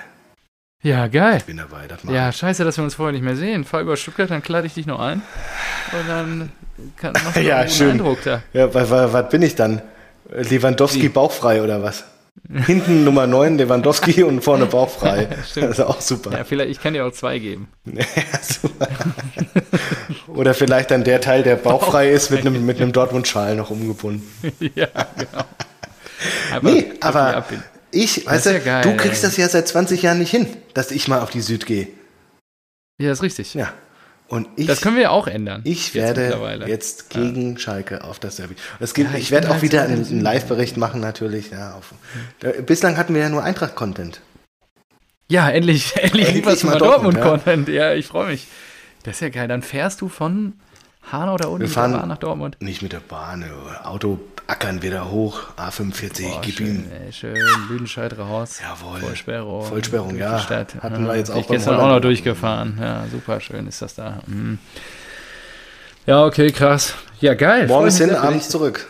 Ja, geil.
Ich bin dabei. Das mach
Ja,
ich.
scheiße, dass wir uns vorher nicht mehr sehen. Fahr über Stuttgart, dann lade ich dich noch ein. Und dann kann, machst du
Ja,
einen guten
schön.
Eindruck da.
ja wa- wa- was bin ich dann? Lewandowski
Wie?
bauchfrei oder was? Hinten Nummer 9 Lewandowski und vorne bauchfrei.
Stimmt.
Das ist auch super.
Ja, vielleicht, ich kann dir auch zwei geben.
Ja, super. Oder vielleicht dann der Teil, der bauchfrei ist, mit einem, mit einem Dortmund-Schal noch umgebunden.
ja, genau. Aber,
Nee, aber
ab in- Das
ich,
ist
weißt du,
ja geil.
du kriegst das ja seit 20 Jahren nicht hin, dass ich mal auf die Süd gehe.
Ja, ist richtig.
Ja. Und ich,
Das können wir ja auch ändern. jetzt
ich werde
mittlerweile.
jetzt gegen Schalke auf das Derby. Und Es gibt,
Ja,
ich,
ich
werde
bin
auch
halt
wieder
so
einen,
der
einen Live-Bericht machen, natürlich. Ja, auf, da, bislang hatten wir ja nur Eintracht-Content.
Ja, endlich, endlich
Endlich
lieferst du
mal
mal
Dortmund,
Dortmund-Content. Ja. ich freue mich. Das ist ja geil. Dann fährst du von Hanau da unten
Wir
mit der
fahren-
Bahn nach Dortmund.
Nicht mit der Bahn, äh, Auto ackern wir da hoch, A45,
Boah,
gib ihm.
schön, ey, schön, Lüdenscheid raus.
Jawohl.
Vollsperrung.
Vollsperrung,
durch
ja.
die Stadt.
Hatten wir
Ja,
jetzt
bin
auch
Ich
beim
gestern auch
Holländer.
noch durchgefahren. Ja, super schön ist das da. Mhm. Ja, okay, krass. Ja, geil. Freu mich
Morgens hin,
sehr für dich.
abends zurück.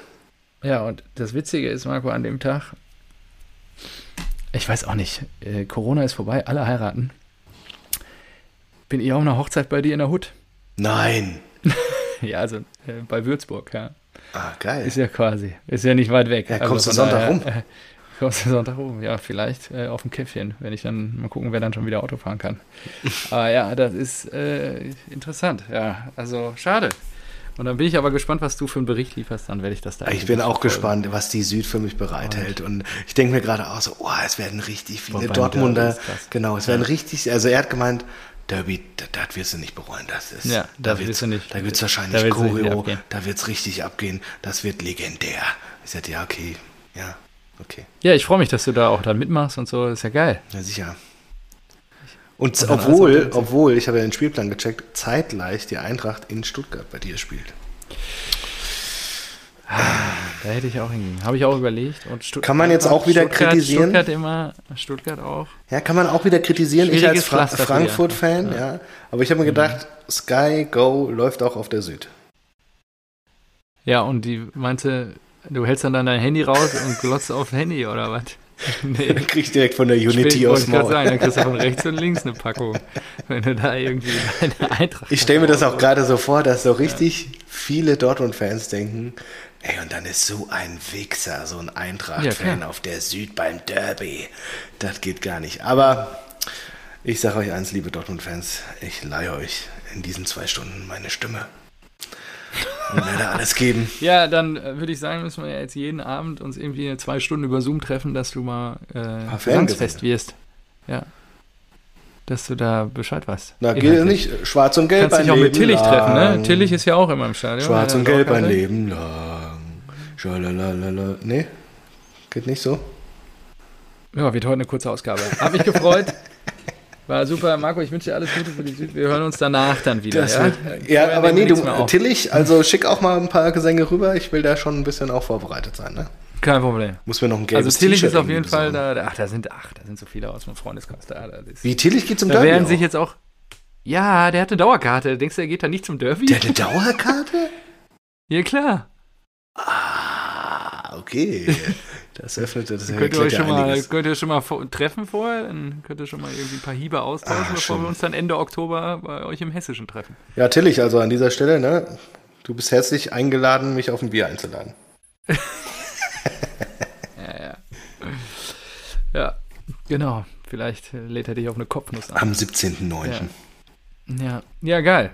Ja, und das Witzige ist, Marco, an dem Tag, ich weiß auch nicht, äh, Corona ist vorbei, alle heiraten. Bin ich auf einer Hochzeit bei dir in der Hut?
Nein.
Ja, also äh, bei Würzburg, ja.
Ah, geil.
Ist ja quasi, ist ja nicht weit weg.
Ja, kommst
von
du Sonntag
daher,
rum?
Äh, kommst du Sonntag rum, ja, vielleicht äh, auf dem Käffchen, wenn ich dann, mal gucken, wer dann schon wieder Auto fahren kann. aber ja, das ist äh, interessant, ja, also schade. Und dann bin ich aber gespannt, was du für einen Bericht lieferst, dann werde ich das da.
ich bin auch
verfolgen.
gespannt, was die Süd für mich bereithält. Und ich denke mir gerade auch so, oh, es werden richtig viele
Boah, beim Derby
Dortmunder.
ist krass.
Genau, es werden richtig, also er hat gemeint, Derby, da- das wirst du nicht bereuen. Das ist,
Ja,
da
das
wird
wirst
es
du nicht.
da wird's
Da
wahrscheinlich
wird's richtig
Choreo,
abgehen.
da wird es richtig abgehen. Das wird legendär. Ich sagte, ja, okay, ja, okay,
Ja, ich freue mich, dass du da auch dann mitmachst und so. ist ja geil.
ja sicher. Und,
dann alles
obwohl,
auf der
obwohl, ich habe ja den Spielplan gecheckt, zeitgleich die Eintracht in Stuttgart bei dir spielt.
Da hätte ich auch hingehen. Habe ich auch überlegt. Und Stutt-
Kann man jetzt auch wieder
Stuttgart,
kritisieren?
Stuttgart immer, Stuttgart auch.
Ja, kann man auch wieder kritisieren, ich als
Schwieriges
Fra
Pflaster für Mhm.
Frankfurt-Fan, ja. Aber ich habe mir gedacht, Sky Go läuft auch auf der Süd.
Ja, und die meinte, du hältst dann dein Handy raus und glotzt auf Handy oder was? Nee.
Dann krieg ich direkt von der Unity
Wollte
aus
ich gerade
Maul.
sagen, dann kriegst du von rechts und links eine Packung, wenn du da irgendwie deine Eintracht
Ich stelle mir das auch gerade so vor, dass so richtig viele Dortmund-Fans denken, ey, und dann ist so ein Wichser, so ein Eintracht-Fan
Ja,
auf der Süd beim Derby. Das geht gar nicht. Aber ich sage euch eins, liebe Dortmund-Fans, ich leihe euch in diesen zwei Stunden meine Stimme. Und werde alles geben.
Ja, dann äh, würde ich sagen, müssen wir ja jetzt jeden Abend uns irgendwie zwei Stunden über Zoom treffen, dass du mal äh,
Fan
Landsfest wirst. Ja. Dass du da Bescheid weißt.
Na, geht
Inhaltlich.
nicht. Schwarz und Gelb
Kannst dich auch
ein
mit
Leben
Tillich treffen, ne?
lang.
Tillich ist ja auch immer im Stadion.
Schwarz
Ja,
und Gelb ein
Dauerkarte.
Leben lang. Schalalalala. Nee, geht nicht so.
Ja, wird heute eine kurze Ausgabe. Hab mich gefreut. War super, Marco, ich wünsche dir alles Gute für die Süd. Wir hören uns danach dann wieder.
Das
ja?
wird, ja,
Vorher
aber
nehmen
nee,
wir
du,
nichts mehr auf.
Tillich, also schick auch mal ein paar Gesänge rüber. Ich will da schon ein bisschen auch vorbereitet sein. Ne?
Kein Problem.
Muss mir noch ein gelbes
Also Tillich
T-Shirt
ist auf
irgendwie
jeden Fall
besorgen.
da. da- Ach, da sind ach, da sind so viele aus meinem Freundeskreis da. Da, ist,
Wie Tillich geht zum
da
Derby.
werden
auch.
sich jetzt auch. Ja, der hatte Dauerkarte. Denkst du, er geht da nicht zum Derby?
der hat eine Dauerkarte?
ja klar.
Ah, okay. Das öffnet das
Könnt ihr euch
erklärt ja
schon mal,
einiges.
könnt ihr schon mal vor- treffen vorher? Dann könnt ihr schon mal irgendwie ein paar Hiebe austauschen,
Ah,
bevor
schon.
wir uns dann Ende Oktober bei euch im Hessischen treffen.
Ja, Tillich, also an dieser Stelle, ne? Du bist herzlich eingeladen, mich auf ein Bier einzuladen.
Ja, genau. Vielleicht äh, lädt er dich auf eine Kopfnuss ein.
Am 17.09.
Ja. Ja, ja geil.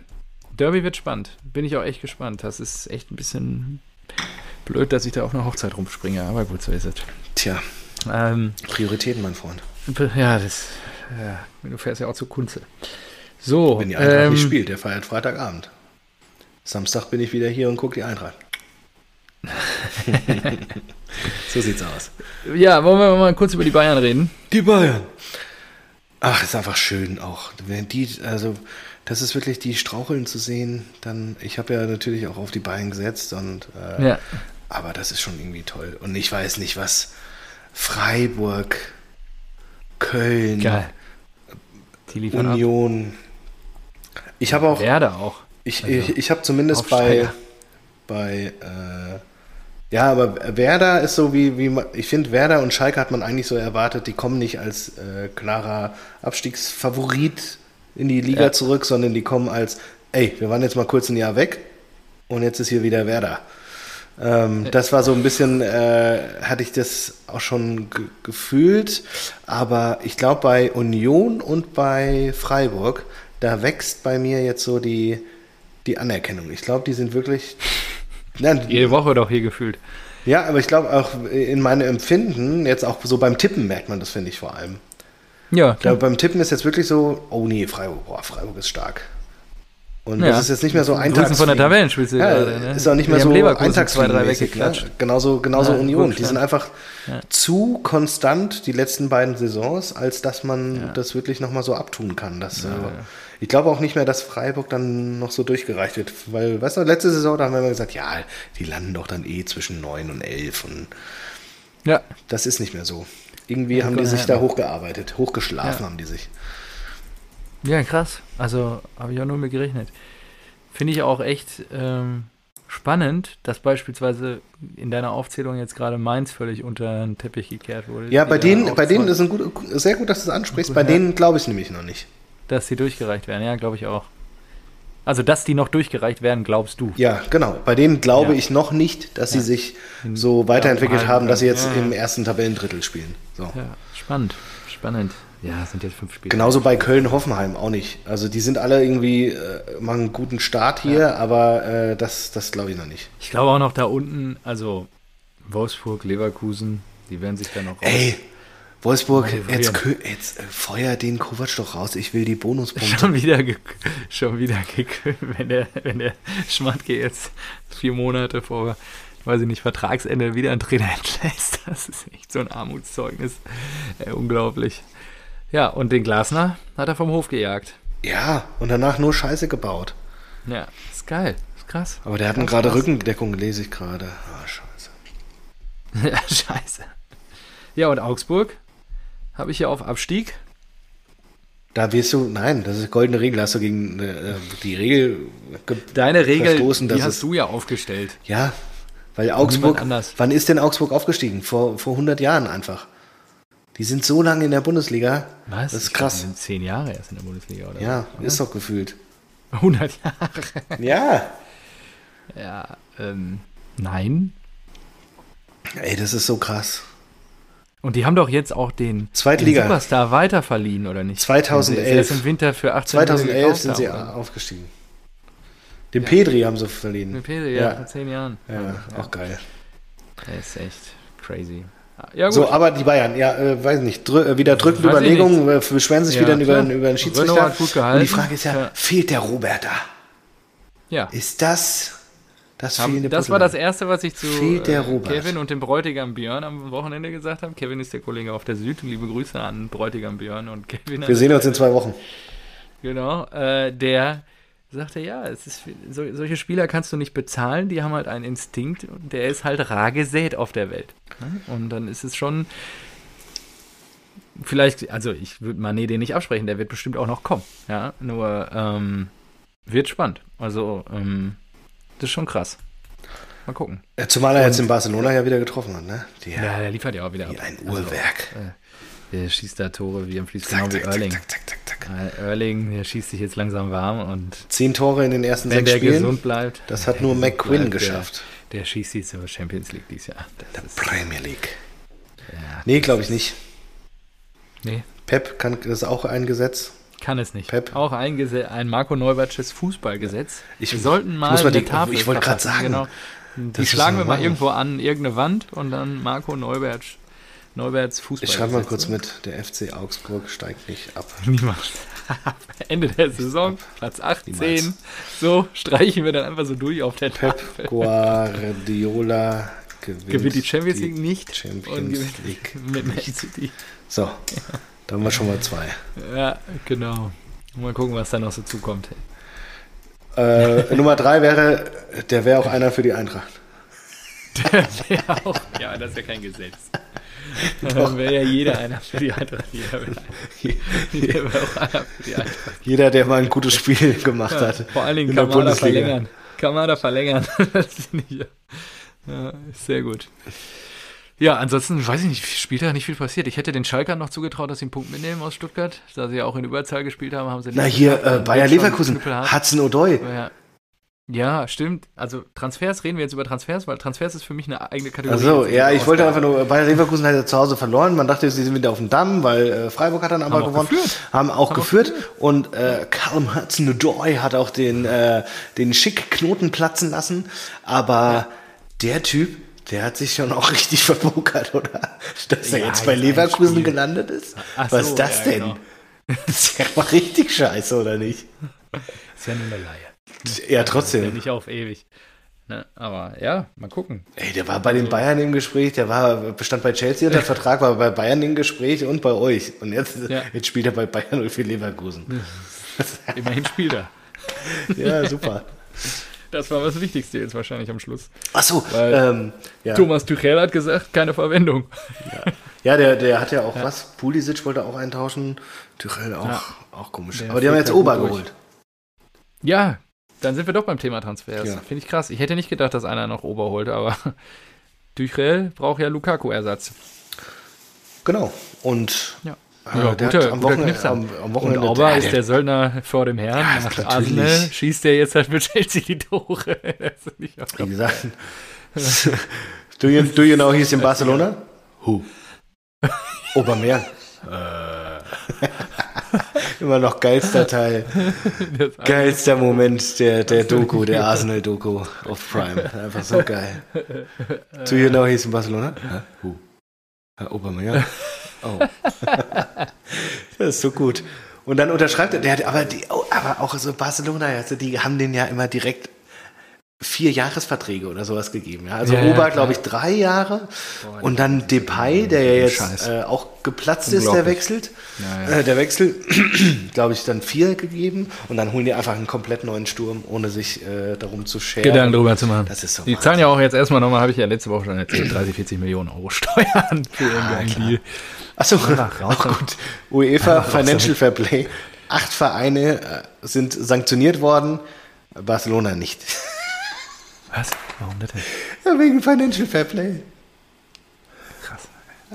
Derby wird spannend. Bin ich auch echt gespannt. Das ist echt ein bisschen blöd, dass ich da auf einer Hochzeit rumspringe, aber gut, so ist es.
Tja,
Ähm,
Prioritäten, mein Freund.
ja, das. Ja, du fährst ja auch zu Kunze. So,
Wenn die Eintracht
ähm,
nicht spielt, der feiert Freitagabend. Samstag bin ich wieder hier und gucke die Eintracht. so sieht's aus.
ja, wollen wir mal kurz über die Bayern reden?
Die Bayern. Ach, ist einfach schön auch. Wenn die, also, das ist wirklich die Straucheln zu sehen. Dann, ich habe ja natürlich auch auf die Bayern gesetzt und äh,
Ja.
aber das ist schon irgendwie toll. Und ich weiß nicht, was Freiburg, Köln,
Geil. Die liefern ab.
genau. Union. Ich habe auch
Werder auch.
Ich,
Also,
ich, ich habe zumindest bei,
Aufsteiger.
bei äh, ja, aber Werder ist so wie, wie ma- ich finde, Werder und Schalke hat man eigentlich so erwartet, die kommen nicht als äh, klarer Abstiegsfavorit in die Liga
Ja.
zurück, sondern die kommen als, ey, wir waren jetzt mal kurz ein Jahr weg und jetzt ist hier wieder Werder. Ähm, das war so ein bisschen, äh, hatte ich das auch schon ge- gefühlt, aber ich glaube bei Union und bei Freiburg, da wächst bei mir jetzt so die, die Anerkennung. Ich glaube, die sind wirklich. Nein,
Jede Woche doch hier gefühlt.
ja, aber ich glaube auch in meinem Empfinden, jetzt auch so beim Tippen merkt man das, finde ich vor allem.
Ja,
Da, beim Tippen ist jetzt wirklich so, oh nee, Freiburg, boah, Freiburg ist stark. Und
Ja.
das ist jetzt nicht mehr so ein
Grüßen von der Tabellenspitze.
ja,
gerade, ne?
ist auch nicht mehr
Die haben
so
Leverkusen zwei, drei
eintagsfliegenmäßig,
weggeklatscht.
Ne? Genauso, genauso
Ja,
Union. Die
Rückstand.
sind einfach
Ja.
zu konstant die letzten beiden Saisons, als dass man das wirklich nochmal so abtun kann. Dass, äh, Ich glaube auch nicht mehr, dass Freiburg dann noch so durchgereicht wird. Weil, weißt du, letzte Saison, da haben wir immer gesagt, ja, die landen doch dann eh zwischen 9 und 11. Und
Ja,
das ist nicht mehr so. Irgendwie haben die
Gott,
sich
ja.
da hochgearbeitet, hochgeschlafen
Ja.
haben die sich.
Ja, krass. Also habe ich auch nur mit gerechnet. Finde ich auch echt ähm, spannend, dass beispielsweise in deiner Aufzählung jetzt gerade Mainz völlig unter den Teppich gekehrt wurde. Äh,
Ja,
Die
bei denen,
auch
bei denen
zwei-
ist ein gut, sehr gut, dass du es ansprichst.
Gut,
bei
ja.
denen glaube ich nämlich noch nicht.
Dass die durchgereicht werden, ja, glaube ich auch. Also, dass die noch durchgereicht werden, glaubst du.
Ja, genau. Bei denen glaube
Ja.
ich noch nicht, dass sie sich so
Glauben
weiterentwickelt
halten
haben, dass sie jetzt
können. Ja,
im ersten Tabellendrittel spielen. So.
Ja, spannend. Spannend. Genau. Ja, es sind jetzt fünf Spiele.
Genauso bei Köln-Hoffenheim auch nicht. Also die sind alle irgendwie, äh, machen einen guten Start hier, aber äh, das, das glaube ich noch nicht.
Ich glaube auch noch da unten, also Wolfsburg, Leverkusen, die werden sich da noch raus-
Ey, Wolfsburg,
Mal
jetzt,
probieren.
kö- jetzt äh, feuer den Kovac doch raus. Ich will die Bonuspunkte.
Schon wieder, ge schon wieder gekümmert, wenn der, wenn der Schmatke jetzt vier Monate vor, weiß ich nicht, Vertragsende wieder einen Trainer entlässt. Das ist echt so ein Armutszeugnis. Ey, unglaublich. Ja, und den Glasner hat er vom Hof gejagt.
Ja, und danach nur Scheiße gebaut.
Ja, ist geil. Ist krass.
Aber der hat
Ganz
gerade
krass.
Rückendeckung, lese ich gerade. Ah, scheiße.
ja, scheiße. Ja, und Augsburg habe ich ja auf Abstieg.
Da wirst du, nein, das ist goldene Regel. Hast du gegen äh, die Regel ge
Deine Regel,
Verstoßen,
die
dass
hast
es-
du ja aufgestellt.
Ja, weil Augsburg.
anders.
Wann ist denn Augsburg aufgestiegen? Vor, vor 100 Jahren einfach. Die sind so lange in der Bundesliga. Das ist
Ich glaub, die
krass.
sind zehn Jahre erst in der Bundesliga, oder?
Ja, ist doch gefühlt.
100 Jahre.
Ja.
Ja, ähm, nein.
Ey, das ist so krass.
Und die haben doch jetzt auch den,
Zweitliga.
den Superstar weiterverliehen, oder nicht?
2011.
Den sie Erst im Winter für 18 Millionen
2011 sind
gekauft
sie
haben, oder?
aufgestiegen. Den Pedri haben sie verliehen.
Mit Pedri, ja, vor
ja.
10 Jahren.
ja, auch geil.
Der ist echt crazy. Ja, gut.
So, aber die Bayern, ja, äh, weiß nicht, drü äh, wieder drückende
Weiß ich
Überlegungen, äh, beschweren sich
Ja,
wieder über,
klar.
den- über den
Renault
Schiedsrichter.
hat gut gehalten.
Und die Frage ist ja,
Ja.
fehlt der Roberta?
ja.
Ist das Das
Haben,
fehlende
das war das Erste, was ich zu
Fehlt der
äh,
Robert.
Kevin und dem Bräutigam Björn am Wochenende gesagt habe. Kevin ist der Kollege auf der Süd. Liebe Grüße an Bräutigam Björn und Kevin. an
Wir
der
sehen uns in zwei Wochen.
Genau, äh, der sagte, ja, es ist, so, solche Spieler kannst du nicht bezahlen, die haben halt einen Instinkt und der ist halt rar gesät auf der Welt. Ne? Und dann ist es schon, vielleicht, also ich würde Mané den nicht absprechen, der wird bestimmt auch noch kommen. Ja, nur ähm, wird spannend. Also, ähm, das ist schon krass. Mal gucken.
Ja, Zumal er jetzt in Barcelona ja wieder getroffen hat, ne? Die,
Ja, der liefert ja auch wieder ab.
wie ein Uhrwerk.
Der schießt da Tore wie am Fließ, genau
Zack,
wie
zack, zack,
Erling.
zack, zack, zack, zack.
Äh, Erling, der schießt sich jetzt langsam warm und
Zehn Tore in den ersten
Wenn
sechs
der
Spielen.
gesund bleibt.
Das hat
Wenn
nur
der gesund
McQuinn
bleibt,
geschafft.
Der, der schießt sie zur Champions League dieses Jahr. Das ist,
Premier League.
ja,
Nee, glaube ich nicht.
nee,
Pep kann das ist auch ein Gesetz.
kann es nicht.
Pep.
Auch ein, Gese ein Marco Neubertsches Fußballgesetz.
Ich-
wir sollten mal,
muss mal
eine
die-
Tafel
ich wollte gerade
verfassen,
sagen,
Genau. Die
müssen
schlagen
wir
wir mal
machen.
irgendwo an irgendeine Wand und dann Marco Neubertsch, Neuberts Fußballgesetz.
Ich schreibe mal kurz mit. Der FC Augsburg steigt nicht ab.
Niemals. Ende der Saison, Platz 18.
Niemals.
So streichen wir dann einfach so durch auf der
Pep
Tafel.
Guardiola gewinnt,
Gewinnt die Champions League nicht und
Champions
gewinnt
League.
mit Man City.
So, da haben wir schon mal zwei.
Ja, genau. Mal gucken, was da noch so zukommt.
Äh, Nummer drei wäre, der wäre auch einer für die Eintracht.
ja, auch. ja, das ist ja kein Gesetz. Dann wäre ja jeder einer für die Eintracht. Jeder wäre jeder wäre auch einer für die Eintracht.
Jeder, der mal ein gutes Spiel gemacht
Ja,
hat.
vor allen Dingen
in der
Kamada
Bundesliga.
verlängern. Kamada verlängern. das finde ich ja. ja, ist sehr gut. Ja, ansonsten weiß ich nicht, spielt da nicht viel passiert. Ich hätte den Schalkern noch zugetraut, dass sie einen Punkt mitnehmen aus Stuttgart. Da sie ja auch in Überzahl gespielt haben, haben sie
Na
nicht
hier,
geschafft.
äh, Bayer
Jetzt schon
Leverkusen,
knüppelhart.
Hudson O'Doy.
Ja. ja, stimmt. Also Transfers, reden wir jetzt über Transfers, weil Transfers ist für mich eine eigene Kategorie.
Also
Jetzt in
ja,
der
ich wollte
Ausgabe.
einfach nur, Bayer Leverkusen hat ja zu Hause verloren. Man dachte, sie sind wieder auf dem Damm, weil äh, Freiburg hat dann aber
auch
gewonnen.
geführt.
Haben auch geführt. Und äh, Callum Hudson-Odoi hat auch den, äh, den Schickknoten platzen lassen. Aber der Typ, der hat sich schon auch richtig verpokert, oder? Dass er
Ja,
jetzt bei
jetzt ein
Leverkusen
Spiel.
gelandet ist?
Ach
Was
so,
ist das
ja,
denn?
genau.
Das ist ja mal richtig scheiße, oder nicht?
Ist ja nur eine Laie.
Ja,
Ja,
trotzdem.
nicht auf ewig. Ne? Aber ja, mal gucken.
Ey, der war bei den Bayern im Gespräch, der war, bestand bei Chelsea unter Vertrag, war bei Bayern im Gespräch und bei euch. Und jetzt,
Ja.
jetzt spielt er bei Bayern und für Leverkusen.
Immerhin spielt er.
Ja, super.
Das war das Wichtigste jetzt wahrscheinlich am Schluss.
Achso,
Weil-
ähm, ja.
Thomas Tuchel hat gesagt, keine Verwendung.
ja der, der hat ja auch was. Pulisic wollte auch eintauschen, Tuchel auch,
Ja.
auch komisch.
Der
Aber die haben
fliegt
jetzt
ja gut
Ober
durch.
geholt.
Ja, dann sind wir doch beim Thema Transfers.
Ja.
Finde ich krass. Ich hätte nicht gedacht, dass einer noch Ober holt, aber Tuchel braucht ja Lukaku-Ersatz.
Genau. Und
Ja.
äh,
Ja,
der
guter-
hat am
guter
Wochenende,
Knipser.
am, am
Und
Wochenende
Auber
Ja,
ist der Söldner vor dem Herrn.
Ja,
Nach
natürlich.
Arsenal schießt er jetzt halt mit Chelsea die Tore. Das ist nicht
Wie gesagt. do, you, do you know he's in Barcelona? Who? Obermeer.
Äh.
Immer noch geilster Teil,
das
geilster Moment der, der Doku, der Arsenal-Doku auf Prime. Einfach so geil. Do
Äh.
you know he's in Barcelona? Hä? Who? Herr Obermeer. Oh. das ist so gut. Und dann unterschreibt er, der, hat- aber, die, oh, aber auch so Barcelona, also die haben den ja immer direkt vier Jahresverträge oder sowas gegeben. Ja? Also
Ja, ja,
Ober,
klar.
glaube ich, drei Jahre. und dann Depay, der ja
Scheiß.
jetzt äh, auch geplatzt ist, der
Unglaublich.
wechselt.
Ja, ja.
Äh, der Wechsel, glaube ich, dann vier gegeben. Und dann holen die einfach einen komplett neuen Sturm, ohne sich äh, darum zu scheren.
Gedanken drüber zu machen.
Das ist so
die zahlen ja auch jetzt erstmal nochmal, habe ich ja letzte Woche schon erzählt, 30, 40 Millionen Euro Steuern für irgendeinen Deal.
Achso,
raus
auch gut. UEFA Financial Fair Play. Acht Vereine äh, sind sanktioniert worden, Barcelona nicht.
Was? Warum das denn?
Ja, Wegen Financial Fair Play.
Krass.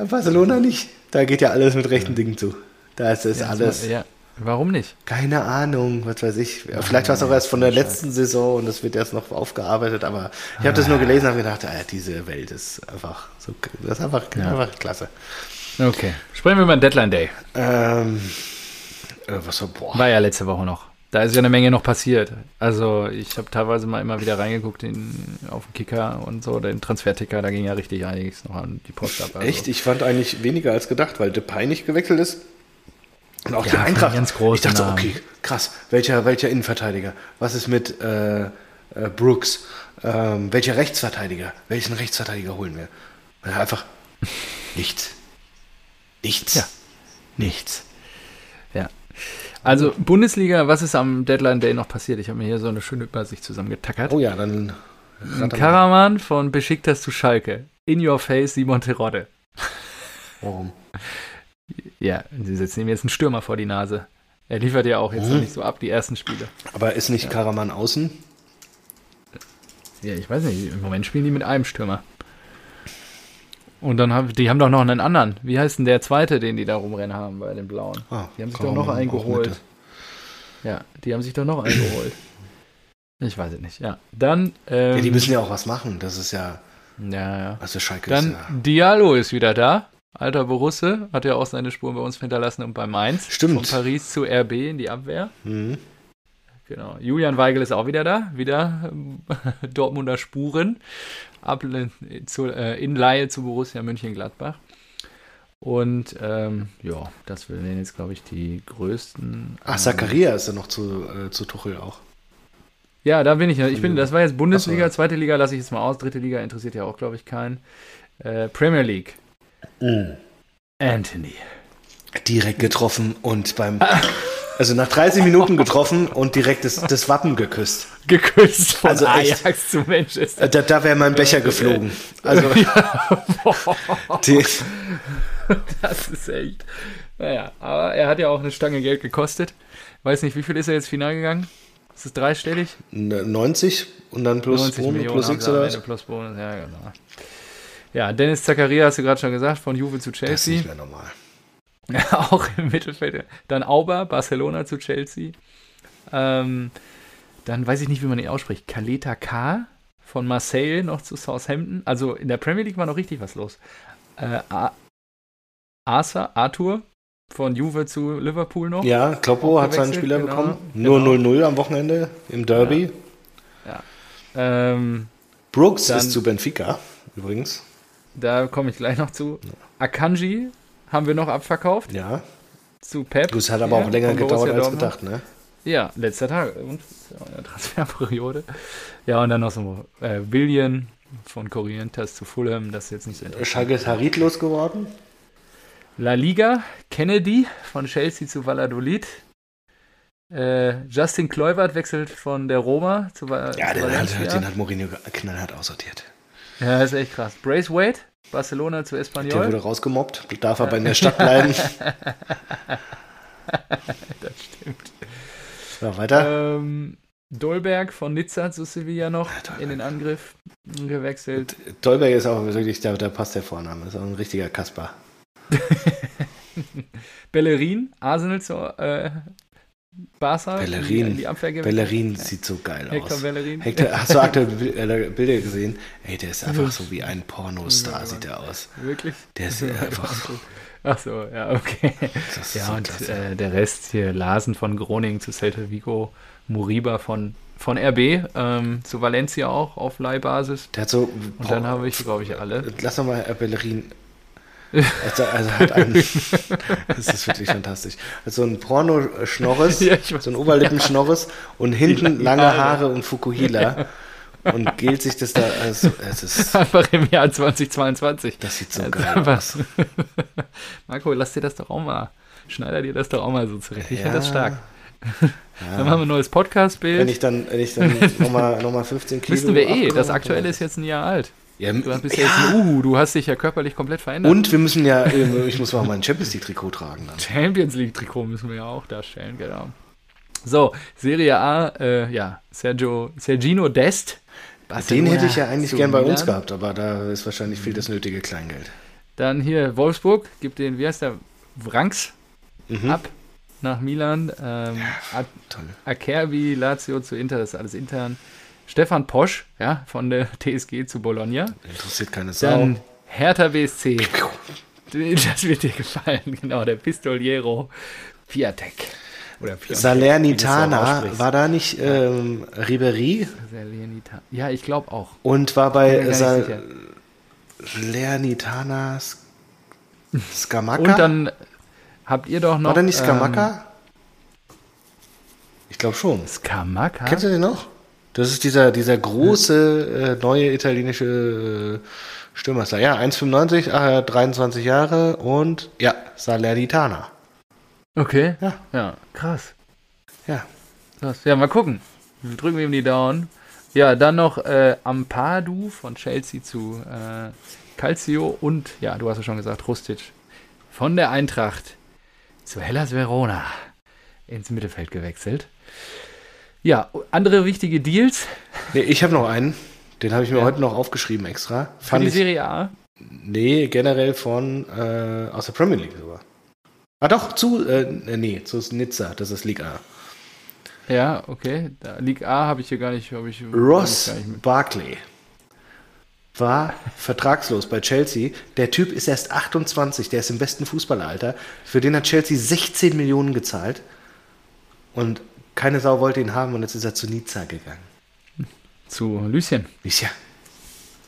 Barcelona nicht. Da geht ja alles mit rechten Dingen zu. Da ist das alles.
Ja, warum nicht?
Keine Ahnung, was weiß ich. Vielleicht war es auch erst von der letzten Saison und das wird erst noch aufgearbeitet, aber ich habe das nur gelesen und habe gedacht, ah, diese Welt ist einfach so, das ist einfach, einfach klasse.
Okay. Sprechen wir über den Deadline Day.
Ähm, äh, was so, boah.
War ja letzte Woche noch. Da ist ja eine Menge noch passiert. Also ich habe teilweise mal immer wieder reingeguckt in, auf den Kicker und so, den Transferticker, da ging ja richtig einiges noch an die Post ab. Also.
Echt? Ich fand eigentlich weniger als gedacht, weil Depay nicht gewechselt ist. Und auch
Ja,
die
von
Eintracht.
ganz großen
ich dachte, so,
Namen.
okay, krass. Welcher, welcher Innenverteidiger? Was ist mit, äh, äh, Brooks, ähm, welcher Rechtsverteidiger, welchen Rechtsverteidiger holen wir? Und einfach nichts. Nichts.
Ja.
Nichts.
Ja. Also Bundesliga, was ist am Deadline Day noch passiert? Ich habe mir hier so eine schöne Übersicht zusammengetackert.
Oh ja, dann. ratter mal.
Karaman von Besiktas zu Schalke. In your face Simon Terodde.
Warum?
Ja, sie setzen ihm jetzt einen Stürmer vor die Nase. Er liefert ja auch jetzt
Mhm.
noch nicht so ab die ersten Spiele.
Aber ist nicht Karaman außen?
Ja, ich weiß nicht. Im Moment spielen die mit einem Stürmer. Und dann haben die haben doch noch einen anderen. Wie heißt denn der zweite, den die da rumrennen haben bei den Blauen?
Ah,
Die haben sich
Karaman
doch noch
auch
einen
Mitte.
geholt. Ja, die haben sich doch noch einen geholt. Ich weiß es nicht, ja. Dann, ähm,
Ja, die müssen ja auch was machen. Das ist ja.
ja, ja.
Also Schalke
Dann
ist ja.
Diallo ist wieder da. Alter Borusse hat ja auch seine Spuren bei uns hinterlassen und bei Mainz. Von
Stimmt.
Paris zu RB in die Abwehr.
Mhm.
Genau. Julian Weigel ist auch wieder da. Wieder ähm, Dortmunder Spuren. Ab, äh, zu, äh, in Laie zu Borussia Mönchengladbach. Und ähm, ja, das wären jetzt, glaube ich, die größten.
Ach,
ähm,
Zakaria ist ja noch zu, äh, zu Tuchel auch.
Ja, da bin ich. noch. Ich bin, das war jetzt Bundesliga,
Ach so.
zweite Liga lasse ich jetzt mal aus, dritte Liga interessiert ja auch, glaube ich, keinen. Äh, Premier League. Anthony.
Mm. Direkt getroffen und beim. Also nach 30 Minuten getroffen und direkt das, das Wappen geküsst.
geküsst von
Also echt.
Ajax zu Manchester.
Äh, Da, da wäre mein Becher geflogen. Also
Boah,
die,
das ist echt. Naja, aber er hat ja auch eine Stange Geld gekostet. Weiß nicht, wie viel ist er jetzt final gegangen? Ist es dreistellig?
ne, 90 und dann plus
90
Bonus,
Millionen
plus
haben
6
sie am
oder
Ende,
was?
plus Bonus, ja genau. Ja, Dennis Zakaria hast du gerade schon gesagt, von Juve zu
Das ist nicht
Chelsea.
mehr normal.
auch im Mittelfeld. Dann Auber, Barcelona zu Chelsea. Ähm, dann weiß ich nicht, wie man ihn ausspricht. Kaleta K. von Marseille noch zu Southampton. Also in der Premier League war noch richtig was los. Äh, A- Asa, Arthur von Juve zu Liverpool noch.
Ja, Kloppo
Auch
hat seinen
gewechselt,
Spieler
genau,
bekommen. Nur
genau.
0-0 am Wochenende im Derby.
Ähm,
Brooks
Dann-
ist zu Benfica übrigens.
da komme ich gleich noch zu. Akanji haben wir noch abverkauft
Ja,
zu Pep.
das hat aber
Ja,
auch länger
von
gedauert
Borussia
als
Dortmund.
gedacht. Ne?
Ja, letzter Tag. Und ist ja auch in der Transferperiode. Ja, und dann noch so äh, Willian von Corrientes zu Fulham. Das ist jetzt nicht so interessant.
Schalke ist haritlos geworden.
La Liga, Kennedy von Chelsea zu Valladolid. Äh, Justin Kluivert wechselt von der Roma zu Va
Ja,
zu
den hat, halt
Valencia.
den hat Mourinho knallhart aussortiert.
Ja, ist echt krass. Braithwaite, Barcelona zu
Der
Espanyol.
wurde rausgemobbt, darf aber in der Stadt bleiben.
Das stimmt.
Ja, weiter.
Ähm, Dolberg von Nizza zu Sevilla noch
Ja, Dolberg.
in den Angriff gewechselt.
Dolberg ist auch wirklich, da, da passt der Vorname. Ist auch ein richtiger Kasper.
Bellerin, Arsenal zu äh, Barca.
Bellerin.
In die Abwehr gewechselt.
Bellerin sieht so geil
Hector
aus.
Bellerin.
Hector, hast du aktuelle Bi- äh, Bilder gesehen? Ey, der ist einfach so wie ein Pornostar, sieht er aus.
Wirklich?
Der ist einfach so.
Ach so, ja, okay.
Das ist
Ja,
so
und
klasse.
äh, der Rest hier, Larsen von Groningen zu Celta Vigo, Moriba von, von RB, ähm, zu Valencia auch auf Leihbasis.
Der hat so.
Und dann habe ich, glaube ich, alle.
Lass doch mal äh, Bellerin. Also, also hat einen. das ist wirklich fantastisch. Hat so ein Porno-Schnorres,
Ja, ich weiß.
so ein Oberlippenschnorres und hinten lange
Haare.
Haare und Fukuhila. Und gilt sich das da. Also, es ist,
Einfach im Jahr 2022.
das sieht so
Also
geil
einfach-
aus.
Marco, lass dir das doch auch mal. Schneider dir das doch auch mal so zurecht. Ich finde das
Ja.
stark. Dann
Ja.
machen wir ein neues Podcast-Bild.
Wenn ich dann, wenn ich dann nochmal noch mal 15 Kilo.
Wissen wir eh,
abgenommen
das
habe.
aktuelle ist jetzt ein Jahr alt.
Ja,
Du bist ja,
ja,
jetzt ein Uhu, du hast dich ja körperlich komplett verändert.
und wir müssen ja, äh, ich muss mal mein Champions League Trikot tragen dann.
Champions League Trikot müssen wir ja auch darstellen, genau. So, Serie A, äh, ja, Sergio, Sergino Dest.
Den
Barcelona
hätte ich ja eigentlich
zu
gern bei uns
Milan.
gehabt, aber da ist wahrscheinlich viel das nötige Kleingeld.
Dann hier Wolfsburg, gibt den, wie heißt der, Wrangs
Mhm.
ab nach Milan. Ähm, A-
Toll.
Acerbi, Lazio zu Inter, das ist alles intern. Stefan Posch, ja, von der TSG zu Bologna.
Interessiert keine Sau.
Dann Hertha BSC. Das wird dir gefallen, genau, der Pistoliero Piatek. Oder Piatek. wie du es auch
Salernitana
aussprichst.
war da nicht ähm, Ribery
Salernitana. Ja, ich glaube auch.
und war
Bin
bei
mir gar nicht sicher.
Salernitana Sk- Skamaka.
Und dann habt ihr doch noch.
war da nicht
ähm,
Skamaka? ich glaube schon.
Skamaka?
Kennst du den noch? Das ist dieser, dieser große äh, neue italienische äh, Stürmer. Ja, 1,95, äh, 23 Jahre und ja, Salernitana.
Okay.
Ja.
Ja, krass.
Ja.
Krass. Ja, mal gucken. Wir drücken ihm die Daumen. Ja, dann noch äh, Ampadu von Chelsea zu äh, Calcio und, ja, du hast ja schon gesagt, Rustic von der Eintracht zu Hellas Verona ins Mittelfeld gewechselt. Ja, andere wichtige Deals
Nee, ich habe noch einen. Den habe ich mir
Ja.
heute noch aufgeschrieben extra.
für
Fand
die
ich,
Serie A.
Nee, generell von äh, aus der Premier League sogar. Ah doch, zu, äh, nee, zu Nizza, das ist Liga.
Ja, okay. Da, League A habe ich hier gar nicht. hab Ich,
Ross
hab ich gar nicht mit.
Barkley war vertragslos bei Chelsea. Der Typ ist erst 28, der ist im besten Fußballeralter. Für den hat Chelsea 16 Millionen gezahlt und keine Sau wollte ihn haben und jetzt ist er zu Nizza gegangen.
Zu Lucien.
Ist ja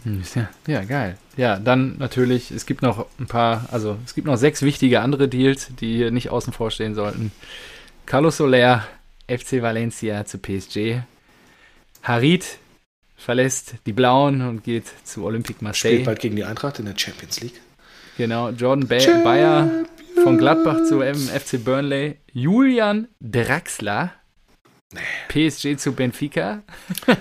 Hm, ist Ja, ja, geil. Ja, dann natürlich, es gibt noch ein paar, also es gibt noch sechs wichtige andere Deals, die hier nicht außen vor stehen sollten. Carlos Soler, FC Valencia zu PSG. Harit verlässt die Blauen und geht zu Olympique
spielt
Marseille.
bald gegen die Eintracht in der Champions League.
Genau, Jordan ba Bayer von Gladbach zu M FC Burnley. Julian Draxler, PSG zu Benfica.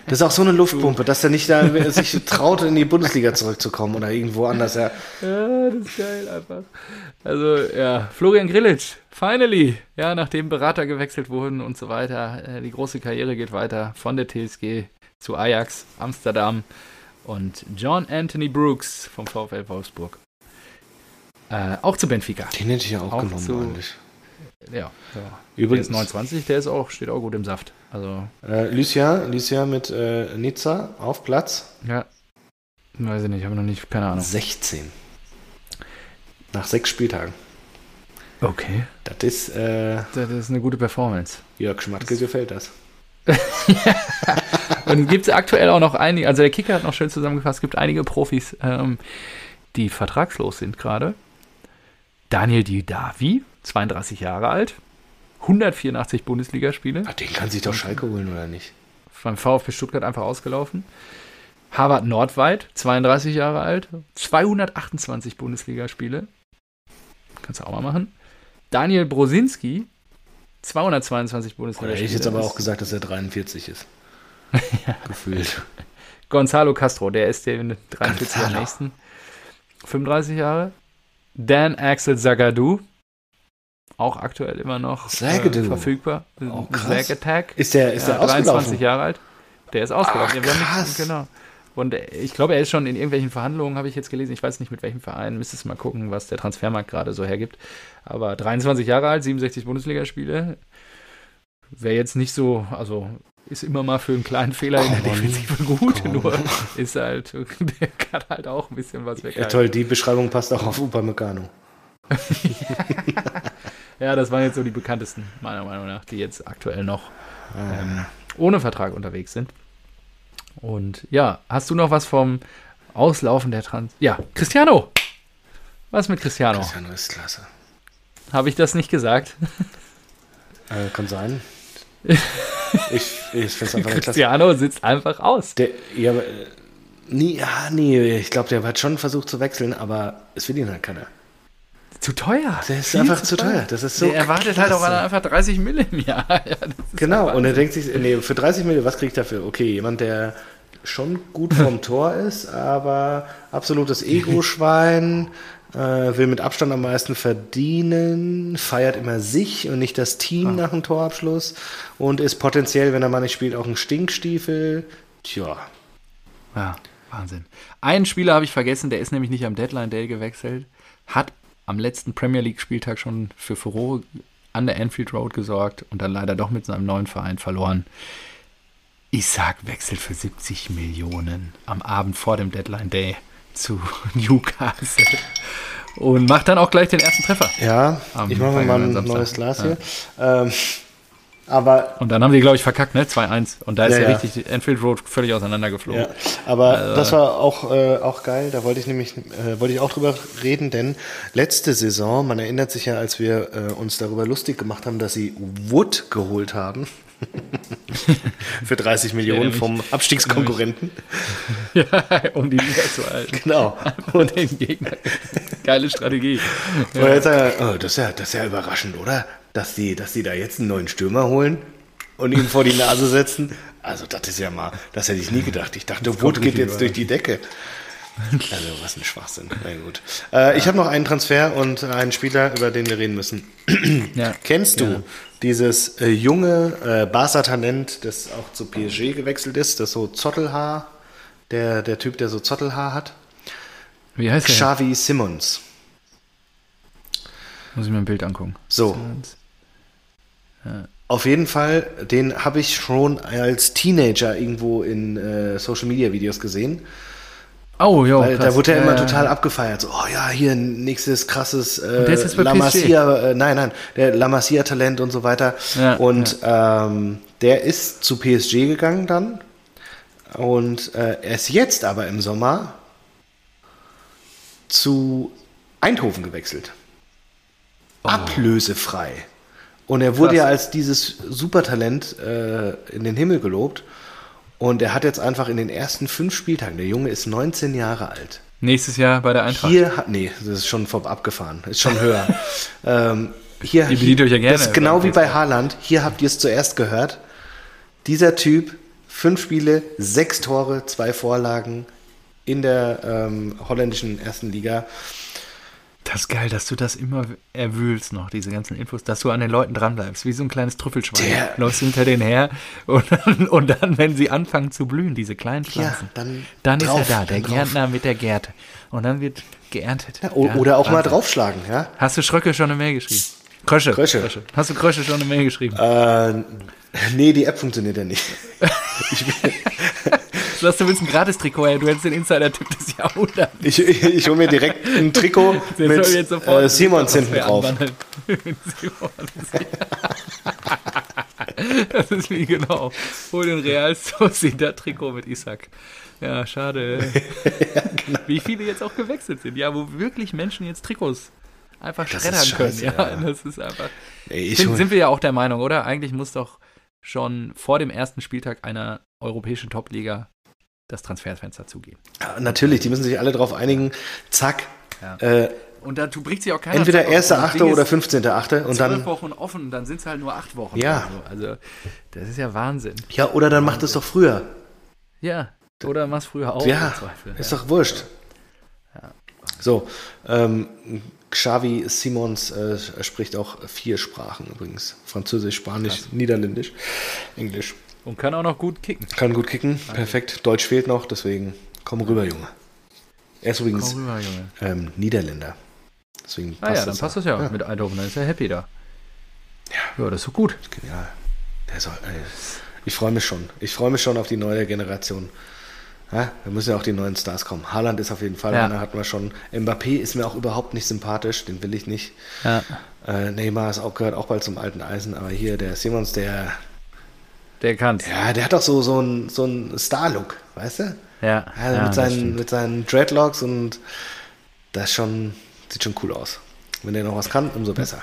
Das ist auch so eine Luftpumpe, dass er nicht da sich traut, in die Bundesliga zurückzukommen oder irgendwo anders. Ja.
Ja, das ist geil einfach. Also, ja, Florian Grillitsch, finally. Ja, nachdem Berater gewechselt wurden und so weiter. äh, Die große Karriere geht weiter von der TSG zu Ajax, Amsterdam und John Anthony Brooks vom VfL Wolfsburg. Äh, auch zu Benfica.
Den hätte ich ja auch,
Auch
genommen
zu-
eigentlich.
Ja, ja. Der
Übrigens,
ist 29, der ist auch, steht auch gut im Saft. Also,
äh, Lucia, Lucia mit äh, Nizza auf Platz
ja. Weiß ich nicht, habe noch nicht, keine Ahnung.
16. Nach sechs Spieltagen.
Okay.
Das ist, äh,
Das ist eine gute Performance.
Jörg Schmatke gefällt das.
Und gibt es aktuell auch noch einige, also der Kicker hat noch schön zusammengefasst, es gibt einige Profis, ähm, die vertragslos sind gerade. Daniel Didavi, 32 Jahre alt, 184 Bundesligaspiele,
Ach, den kann sich doch Schalke holen, oder nicht?
beim VfB Stuttgart einfach ausgelaufen. Harvard Nordweit, 32 Jahre alt, 228 Bundesligaspiele. Kannst du auch mal machen. Daniel Brosinski, 222
Oder
Bundesligaspiele.
hätte ich Oh, jetzt aber
Das-
auch gesagt, dass er 43 ist. Gefühlt.
Gonzalo Castro, der ist der 43 am
Gonzalo.
nächsten. 35 Jahre. Dan Axel Zagadou, auch aktuell immer noch
Zagadou.
äh, verfügbar.
Oh, krass.
Zagatak,
Ist der, ist
ja,
der ausgelaufen?
23 Jahre alt. Der ist ausgelaufen. Ja,
Ach,
wir haben
krass.
genau. Und äh, ich glaube, er ist schon in irgendwelchen Verhandlungen, habe ich jetzt gelesen. Ich weiß nicht, mit welchem Verein. Müsstest mal gucken, was der Transfermarkt gerade so hergibt. Aber 23 Jahre alt, 67 Bundesligaspiele. Wäre jetzt nicht so, also ist immer mal für einen kleinen Fehler in der
Komm on,
Defensive gut,
komm.
nur ist halt, der kann halt auch ein bisschen was
Ja,
weghalten.
toll, die Beschreibung passt auch auf Upamecano.
Ja, das waren jetzt so die bekanntesten, meiner Meinung nach, die jetzt aktuell noch
Ah,
ähm, ohne Vertrag unterwegs sind. Und ja, hast du noch was vom Auslaufen der Trans... Ja, Cristiano! Was mit Cristiano?
Cristiano ist klasse.
Habe ich das nicht gesagt?
Äh, kann sein. ich ich finde es einfach eine klasse.
Cristiano sitzt einfach aus.
Der, ja, aber, äh, nee, ja, nee, ich glaube, der hat schon versucht zu wechseln, aber es will ihn halt keiner.
Zu teuer.
Der ist
Viel
einfach zu teuer. Das ist so.
der erwartet halt auch
klasse.
einfach 30 Mille im Jahr. Ja, das ist
Genau,
einfach-
und er denkt sich, nee, für 30 Millionen, was kriegt er dafür? Okay, jemand, der schon gut vom Tor ist, aber absolutes Ego-Schwein, äh, will mit Abstand am meisten verdienen, feiert immer sich und nicht das Team
Ah.
nach dem Torabschluss und ist potenziell, wenn er mal nicht spielt, auch ein Stinkstiefel. Tja,
Ja, Wahnsinn. Einen Spieler habe ich vergessen, der ist nämlich nicht am Deadline Day gewechselt, hat am letzten Premier League Spieltag schon für Furore an der Anfield Road gesorgt und dann leider doch mit seinem neuen Verein verloren. Isaac wechselt für 70 Millionen am Abend vor dem Deadline Day zu Newcastle und macht dann auch gleich den ersten Treffer.
ja,
Am
ich mache mir mal ein
vergangenen
neues
Samstag.
Glas hier. Ähm, aber
Und dann haben sie, glaube ich, verkackt, ne? 2-1. Und da ist
Ja,
ja,
ja.
richtig die Anfield Road völlig auseinandergeflogen.
Ja, Also aber das war auch, äh, auch geil. Da wollte ich nämlich äh, wollte ich auch drüber reden, denn letzte Saison, man erinnert sich ja, als wir äh, uns darüber lustig gemacht haben, dass sie Wood geholt haben. Für 30 Millionen vom Abstiegskonkurrenten.
ja, um die Liga zu halten.
Genau.
Und den Gegner. Geile Strategie.
Und jetzt sagen wir, oh, das, ist ja, das ist ja überraschend, oder? Dass die, dass die da jetzt einen neuen Stürmer holen und ihn vor die Nase setzen. Also, das ist ja mal, das hätte ich nie gedacht. Ich dachte, Wood geht jetzt durch die Decke. Also, was ein Schwachsinn. Na gut. Äh, Ich habe noch einen Transfer und einen Spieler, über den wir reden müssen.
Ja.
Kennst du
Ja.
dieses äh, junge äh, Barca-Talent, das auch zu PSG gewechselt ist, das so Zottelhaar, der, der Typ, der so Zottelhaar hat?
Wie heißt der?
Xavi Simmons.
Muss ich mir ein Bild angucken.
So, Auf jeden Fall, den habe ich schon als Teenager irgendwo in äh, Social Media Videos gesehen.
Oh, jo,
Weil da
krass.
wurde er
Ja,
immer
ja,
total abgefeiert. So, oh ja, hier ein nächstes krasses äh,
der ist jetzt bei
La
PSG.
Masia, äh, nein, nein, der La Masia Talent und so weiter.
Ja,
und Ähm, der ist zu PSG gegangen dann. Und äh, er ist jetzt aber im Sommer zu Eindhoven gewechselt. Ablösefrei. Und er wurde
Krass.
ja als dieses Supertalent äh, in den Himmel gelobt. Und er hat jetzt einfach in den ersten fünf Spieltagen, der Junge ist 19 Jahre alt.
Nächstes Jahr bei der Eintracht.
Hier hat, nee, das ist schon vor, abgefahren, ist schon höher. ähm, hier,
Die bedient euch ja gerne,
Das ist genau
wenn
wie
ihr-
bei Haaland. Hier habt ihr es zuerst gehört. Dieser Typ, fünf Spiele, sechs Tore, zwei Vorlagen in der ähm, holländischen ersten Liga.
Das ist geil, dass du das immer erwühlst noch, diese ganzen Infos, dass du an den Leuten dranbleibst, wie so ein kleines Trüffelschwein.
Der-
Läufst hinter denen her und dann, und dann, wenn sie anfangen zu blühen, diese kleinen Pflanzen,
dann
dann
drauf,
ist er da, der
dann drauf.
Gärtner mit der Gerte. Und dann wird geerntet.
O
Ja,
oder auch mal
Wahnsinn.
draufschlagen, ja?
Hast du Schröcke schon eine Mail geschrieben? Krösche.
Krösche.
Hast du Krösche schon eine Mail geschrieben?
Äh, nee, die App funktioniert ja nicht.
Du hast du willst ein Gratis-Trikot, ey. du hättest den Insider-Tipp des Jahrhunderts.
Ich, ich, ich hole mir direkt ein Trikot
Jetzt
mit
soll ich jetzt sofort-
äh, Simons hinten
Wir
drauf.
anbandeln. Mit Simons. das ist wie genau. Hol den Real Sociedad Trikot mit Isaac. Ja, schade.
genau.
Wie viele jetzt auch gewechselt sind. Ja, wo wirklich Menschen jetzt Trikots einfach
Das ist
schreddern können.
scheiße,
ja,
ja.
das ist einfach.
Ey, ich
Sind,
hol-
sind wir ja auch der Meinung, oder? Eigentlich muss doch schon vor dem ersten Spieltag einer europäischen Top-Liga das Transferfenster zugehen.
Ah, Natürlich, die müssen sich alle drauf einigen. Zack.
Ja.
Äh,
Und dazu bringt sie auch keiner.
entweder
Zocker. Das
1.8.
Ding
oder
ist-
15.8. und
zwölf
dann.
Wochen offen, dann sind es halt nur acht Wochen. oder
Ja.
so. Also, das ist ja Wahnsinn.
Ja, oder dann macht es doch früher.
Ja. Oder mach's früher auch.
Ja,
im Oh, Zweifel.
ist doch wurscht. So, ähm, Xavi Simons äh, spricht auch vier Sprachen übrigens. Französisch, Spanisch, Niederländisch, Englisch.
Und kann auch noch gut kicken.
Kann gut kicken, perfekt. Deutsch fehlt noch, deswegen komm rüber, Junge. Er ist übrigens
Komm rüber, Junge.
ähm, Niederländer. Deswegen
Ah ja, dann
das
passt das ja, mit Eindhoven, dann ist er happy da. Ja. das ist doch gut.
Genial. Der soll, ey, ich freue mich schon. Ich freue mich schon auf die neue Generation. Ja, da müssen ja auch die neuen Stars kommen. Haaland ist auf jeden Fall
Ja.
einer, hatten wir schon. Mbappé ist mir auch überhaupt nicht sympathisch, den will ich nicht.
Ja.
Äh, Neymar ist auch, gehört auch bald zum alten Eisen, aber hier der Simons, der,
Der kann's.
ja, der hat doch so, so einen so einen Star-Look, weißt du?
Ja.
Also
ja,
mit,
das
seinen,
stimmt.
mit seinen Dreadlocks und das ist schon, sieht schon cool aus. Wenn der noch was kann, umso besser.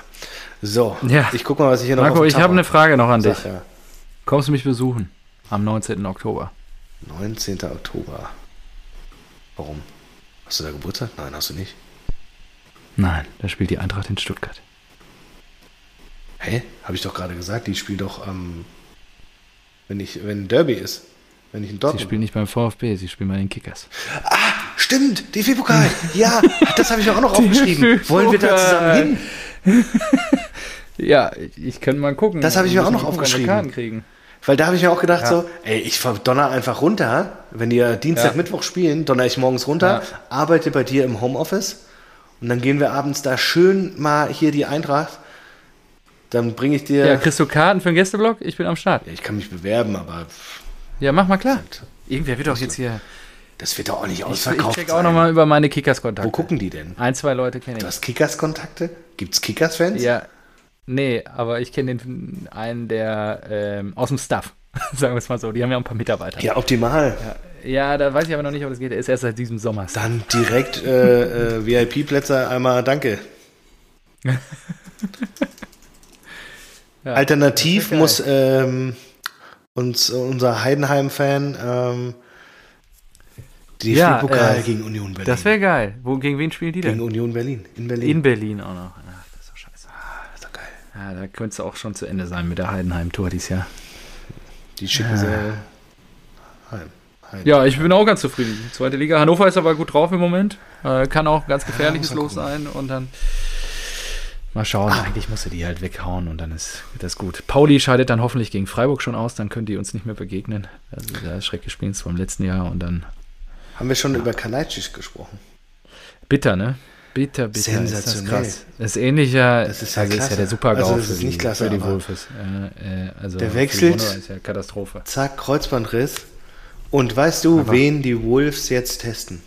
So,
Ja.
ich guck mal, was ich hier noch
Marco,
auf dem
ich
Tab
habe eine Frage noch an dich.
Sag ja.
Kommst du mich besuchen? Am 19. Oktober.
19. Oktober. Warum? Hast du da Geburtstag? Nein, hast du nicht.
Nein, da spielt die Eintracht in Stuttgart.
Hä? Habe ich doch gerade gesagt, die spielt doch am. wenn ich, wenn Derby ist. Wenn ich in
Sie
Dortmund.
spielen nicht beim VfB, sie spielen bei den Kickers.
Stimmt, DFB-Pokal. Ja, das habe ich mir auch noch aufgeschrieben. Wollen wir da zusammen hin?
Ja, ich, ich könnte mal gucken.
Das hab ich mir auch noch
Gucken, ob wir
aufgeschrieben.
Karten kriegen.
Weil da habe ich mir auch gedacht, so, ey, ich verdonner einfach runter. Wenn die ja Dienstag,
Ja.
Mittwoch spielen, donner ich morgens
Ja.
runter, arbeite bei dir im Homeoffice und dann gehen wir abends da schön mal hier die Eintracht. Dann bringe ich dir.
Ja, kriegst du Karten für den Gästeblock? Ich bin am Start.
Ja, ich kann mich bewerben, aber
Ja, mach mal klar. Irgendwer wird doch jetzt hier.
das wird doch auch nicht
Ich, ich
ausverkauft.
check auch
sein.
nochmal über meine
Wo
Kickers-Kontakte.
gucken die denn?
Ein, zwei Leute kenne
Du
ich.
hast Kickers-Kontakte? Gibt's Kickers-Fans?
Ja. Nee, aber ich kenne den einen, der ähm, aus dem Staff. Sagen wir es mal so. Die haben ja auch ein paar Mitarbeiter.
Ja, optimal.
Ja, da weiß ich aber noch nicht, ob das geht. Er ist erst seit diesem Sommer.
Dann direkt äh, äh, VIP-Plätze einmal danke.
Ja.
Alternativ
das wär geil.
muss ähm, uns, unser Heidenheim-Fan, ähm,
Ja,
DFB-Pokal
äh,
gegen Union Berlin.
Das wäre geil. Wo, gegen wen spielen die
gegen
denn?
Union Berlin. In Berlin.
In Berlin auch noch. Ach, das ist doch scheiße.
Ah, das ist doch geil.
Ja, da könnte es auch schon zu Ende sein mit der Heidenheim-Tour dieses Jahr.
Die schicken sie heim. heim.
Ah. Ja, ich bin auch ganz zufrieden. Zweite Liga. Hannover ist aber gut drauf im Moment. Äh, kann auch ganz gefährliches
Ja, muss
Los sein und dann. Mal schauen, eigentlich musst du die halt weghauen und dann ist das gut. Pauli scheidet dann hoffentlich gegen Freiburg schon aus, dann können die uns nicht mehr begegnen. Also der Schreckgespiel ist vom letzten Jahr und dann
Haben wir schon über Kalajdzic gesprochen?
bitter, ne? Bitter, bitter.
Sensationell.
Ist das krass. Das ist ähnlicher,
Das ist ja
also ist ja
klasse.
der Super-GAU
Also das
für
ist
die-
nicht klasse,
für die
aber-
Wolfes. Äh, äh, also
Der
für
wechselt.
Wono ist ja Katastrophe.
Zack, Kreuzbandriss. Und weißt du, wen die Wolves jetzt testen?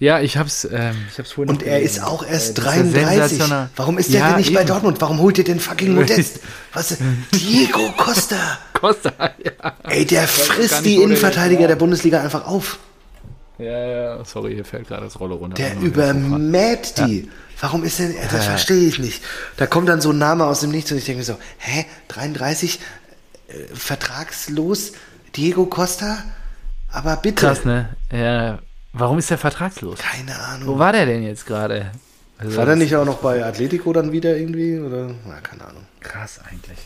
Ja, ich hab's, ähm, ich hab's vorhin
Und
noch
er
gelesen.
ist auch
das ist
erst
ja
33.
sensationell.
Warum ist der
Äh, Ja,
denn nicht bei
eben.
Dortmund? Warum holt ihr den fucking Modest? Was? Diego Costa!
Costa, ja.
Ey, der
gar
frisst
nicht,
die
wo der
Innenverteidiger der Bundesliga einfach auf.
Ja, ja, sorry, hier fällt gerade das Rollo runter.
Der
Einmal wieder
übermäht die. Warum ist denn, das verstehe ich nicht. Da kommt dann so ein Name aus dem Nichts und ich denke mir so, hä, 33, äh, vertragslos, Diego Costa? Aber bitte.
Krass, ne? Ja, warum ist der vertragslos?
Keine Ahnung.
Wo war der denn jetzt gerade? Also,
War der nicht auch noch bei Atletico dann wieder irgendwie? Oder? Na, keine Ahnung.
krass eigentlich?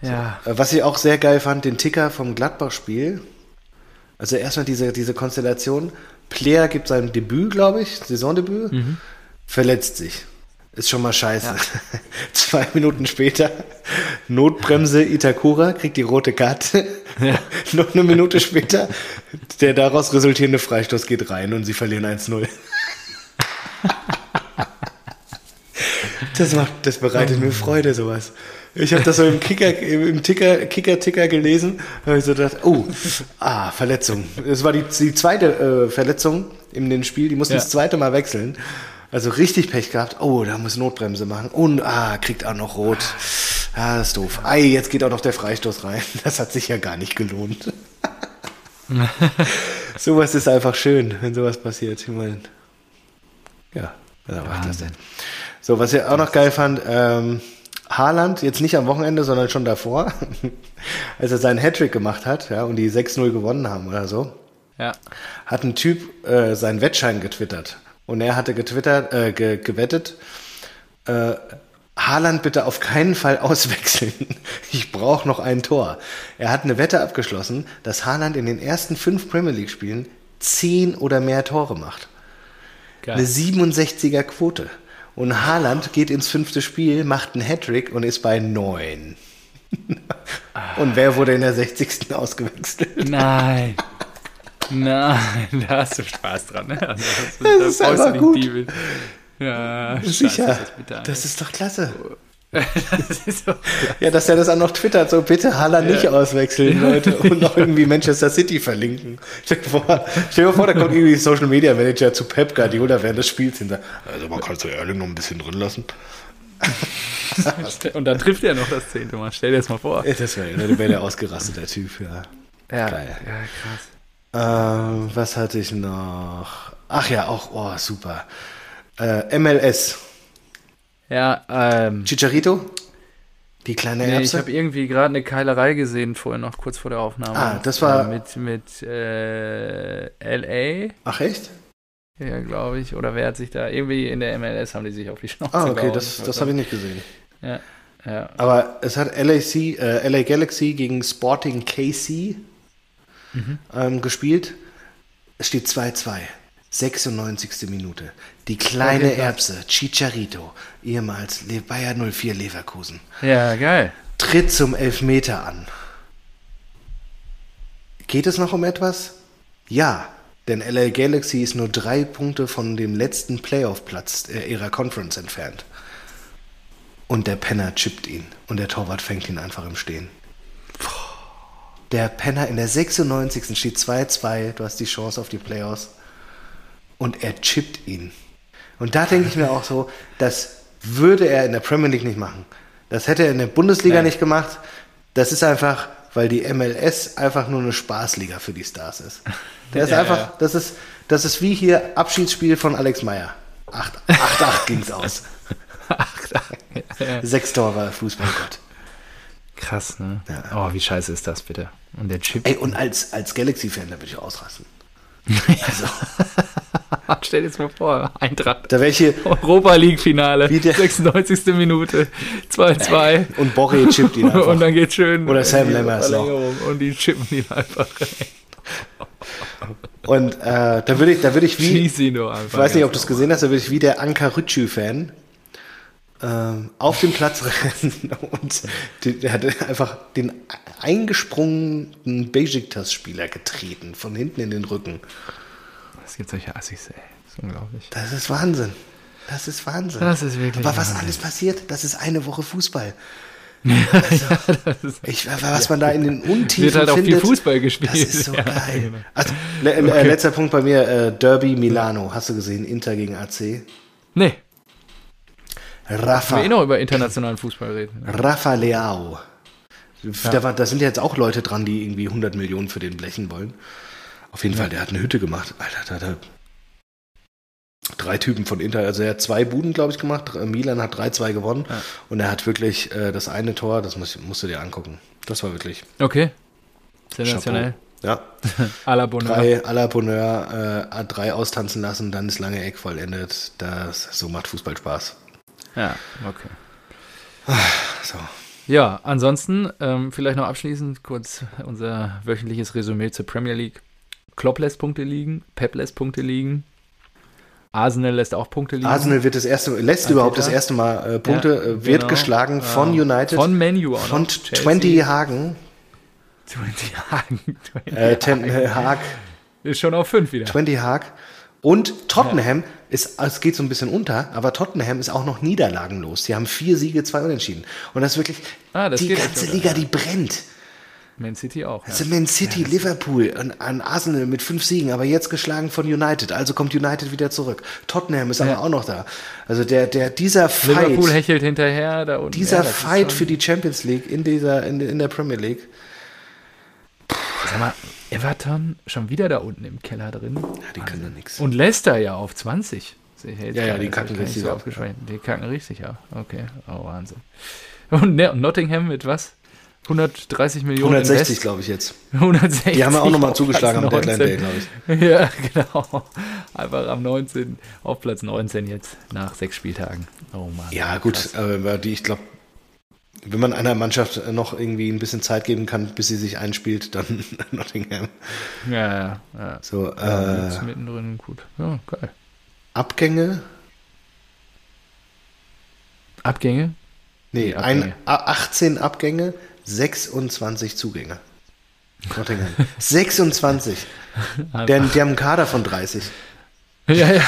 Ja,
Äh, Was ich auch sehr geil fand, den Ticker vom Gladbach-Spiel. Also erstmal diese, diese Konstellation. Player gibt sein Debüt, glaube ich, Saisondebüt, verletzt sich. Ist schon mal scheiße. Zwei Minuten später, Notbremse Itakura, kriegt die rote Karte. Noch eine Minute später, der daraus resultierende Freistoß geht rein und sie verlieren 1-0. Das macht, das bereitet mir Freude, sowas. Ich habe das so im Kicker, im Ticker, Kicker-Ticker gelesen, da habe ich so gedacht, oh, ah, Verletzung. Es war die, die zweite äh, Verletzung in dem Spiel, die mussten
Ja.
das zweite Mal wechseln. Also richtig Pech gehabt. Oh, da muss Notbremse machen. Und ah, kriegt auch noch rot. Ah, das ist doof. Ei, jetzt geht auch noch der Freistoß rein. Das hat sich ja gar nicht gelohnt. sowas ist einfach schön, wenn sowas passiert. Ich meine, ja, da macht das denn. So, was ich auch noch geil fand, ähm, Haaland, jetzt nicht am Wochenende, sondern schon davor, als er seinen Hattrick gemacht hat ja, und die 6-0 gewonnen haben oder so,
ja.
hat ein Typ äh, seinen Wettschein getwittert. Und er hatte getwittert, äh, ge gewettet, äh, Haaland bitte auf keinen Fall auswechseln. Ich brauche noch ein Tor. Er hat eine Wette abgeschlossen, dass Haaland in den ersten fünf Premier League-Spielen zehn oder mehr Tore macht.
Geil.
Eine 67er Quote. Und Haaland geht ins fünfte Spiel, macht einen Hattrick und ist bei neun. und wer wurde in der 60. ausgewechselt?
Nein. Nein, da hast du Spaß dran. Ne? Also, das, da
ist
brauchst du
einfach
nicht
gut.
diebeln. Ja, scheiße,
Sicher.
ist das bitter.
Das ist doch klasse.
das ist so.
Ja, dass er das auch noch twittert, so bitte Haaland nicht auswechseln, Leute. Und noch irgendwie Manchester City verlinken. Stell dir vor, stell dir vor da kommt irgendwie Social Media Manager zu Pep Guardiola während des Spiels hin. und sagt, Also man kann so Erling noch ein bisschen drin lassen.
Und dann trifft er noch das zehnte Mal. Stell dir das mal vor.
Äh, Das wäre dann wäre der ausgerastete Typ, ja.
Ja,
Geil.
ja krass.
Ähm, was hatte ich noch? Ach ja, auch, oh, super. Äh, MLS.
Ja,
Hm.
ähm,
Chicharito? Die kleine
Nee, ich
Erbse?
habe irgendwie gerade eine Keilerei gesehen vorhin noch kurz vor der Aufnahme.
Ah, das war-
Äh, mit mit äh, LA,
Ach, echt?
ja, glaube ich. Oder wer hat sich da irgendwie in der MLS haben die sich auf die Schnauze
Ah, okay,
gehauen.
das, das habe ich nicht gesehen.
Ja, ja.
Aber es hat LAC, äh, LA Galaxy gegen Sporting KC ähm, gespielt. Es steht 2-2. 96. Minute. Die kleine
Okay, krass.
Erbse, Chicharito, ehemals Le Bayer 04 Leverkusen,
ja, geil.
tritt zum Elfmeter an. Geht es noch um etwas? Ja, denn LA Galaxy ist nur drei Punkte von dem letzten Playoff-Platz äh, ihrer Conference entfernt. Und der Penner chippt ihn und der Torwart fängt ihn einfach im Stehen. Der Penner in der 96. steht 2-2, du hast die Chance auf die Playoffs. Und er chippt ihn. Und da denke ich mir auch so, das würde er in der Premier League nicht machen. Das hätte er in der Bundesliga nicht gemacht. Das ist einfach, weil die MLS einfach nur eine Spaßliga für die Stars ist. Der ist
Ja,
einfach,
ja.
Das, ist, das ist wie hier Abschiedsspiel von Alex Meyer. 8-8 ging's aus. Sechs Tore Fußballgott.
krass, ne? Oh, wie scheiße ist das bitte? Und der Chip.
Ey, und als, als Galaxy-Fan, da würde ich ausrasten. Also,
Stell dir jetzt mal vor, Eintracht.
da wäre ich hier.
Europa League Finale.
Wie der-
96. Minute. 2-2.
Und Borre chippt ihn einfach.
Und dann geht's schön.
Oder
in
Sam
die
Lammers noch.
Verlängerung Und die chippen ihn einfach.
Und äh, da würde ich, da würde ich wie.
Schieß ihn nur einfach.
Ich weiß nicht, ob du es gesehen hast, da würde ich wie der Anka Rütschü-Fan ähm, auf den Platz rennen und den, der hat einfach den eingesprungenen Besiktas-Spieler getreten, von hinten in den Rücken.
Es gibt solche Assis, ey. Das ist unglaublich.
Das ist Wahnsinn. Das ist Wahnsinn.
Das ist wirklich
Aber was
Wahnsinn.
alles passiert, das ist eine Woche Fußball. Also, ich, was man da in den Untiefen
Wird halt auch viel
findet,
Fußball gespielt.
Das ist so
Ja,
geil.
genau.
Also, le- äh, Letzter Punkt bei mir, äh, Derby Milano. Hast du gesehen, Inter gegen AC?
Nee,
Rafa.
wir eh noch über internationalen Fußball reden.
Rafa Leao. Da, war, da sind ja jetzt auch Leute dran, die irgendwie 100 Millionen für den blechen wollen. Auf jeden Fall, der hat eine Hütte gemacht. Alter, da hat er drei Typen von Inter. Also er hat zwei Buden, glaube ich, gemacht. äh, Milan hat 3-2 gewonnen.
Ja.
Und er hat wirklich äh, das eine Tor, das muss, musst du dir angucken. Das war wirklich
Okay. Sensationell.
Ja,
A la Bonheur.
drei à la Bonheur, äh, drei austanzen lassen, dann ist lange Eck vollendet. Das, so macht Fußball Spaß.
Ja, okay.
So.
Ja, ansonsten ähm, vielleicht noch abschließend kurz unser wöchentliches Resümee zur Premier League. Klopp lässt Punkte liegen, Pep lässt Punkte liegen, Arsenal lässt auch Punkte liegen.
Arsenal wird das erste, lässt überhaupt das
Arteta.
erste Mal äh, Punkte,
Ja,
äh, wird
genau.
geschlagen von
Ja.
United,
von
von,
Menu auch noch.
20 Hagen,
20 Hagen.
äh, Ten, äh, Haag,
Ist schon auf 5 wieder.
20 Haag und Tottenham ist, es geht so ein bisschen unter, aber Tottenham ist auch noch niederlagenlos. Die haben vier Siege, zwei Unentschieden. Und das ist wirklich,
Ah, das
die
geht
ganze
echt
Liga, die brennt.
Man City auch. Ja.
Also Man City, Liverpool und an Arsenal mit fünf Siegen, aber jetzt geschlagen von United. Also kommt United wieder zurück. Tottenham ist aber auch noch da. Also der, der, dieser Fight.
Liverpool hechelt hinterher da unten.
Dieser
ja, das ist
Fight
schon-
für die Champions League in, dieser, in, in der Premier League,
Sag mal, Everton schon wieder da unten im Keller drin.
die können da nix.
Und Leicester ja auf 20. Sehe ich jetzt
Ja, ja,
gerade.
die
Das
kacken
hab ich gar nicht
richtig
so
ab,
aufgeschrieben. Die kacken richtig ab. Okay, oh Wahnsinn. Und ne- und Nottingham mit was? 130 Millionen.
160,
Invest?
glaube ich, jetzt.
160.
Die haben ja auch nochmal
auf
zugeschlagen am
Platz
Deadline Day,
19.
glaube ich.
Ja, genau. Einfach am 19. Auf Platz 19 jetzt, nach sechs Spieltagen. Oh Mann.
Ja, gut, aber die, ich glaube, wenn man einer Mannschaft noch irgendwie ein bisschen Zeit geben kann, bis sie sich einspielt, dann Nottingham.
Ja, ja, ja.
So,
Ja,
äh,
jetzt mittendrin gut. Ja, geil.
Abgänge?
Abgänge?
Nee,
Abgänge.
ein, a- 18 Abgänge, 26 Zugänge. Nottingham. 26. Denn die haben einen Kader von 30.
Ja, ja.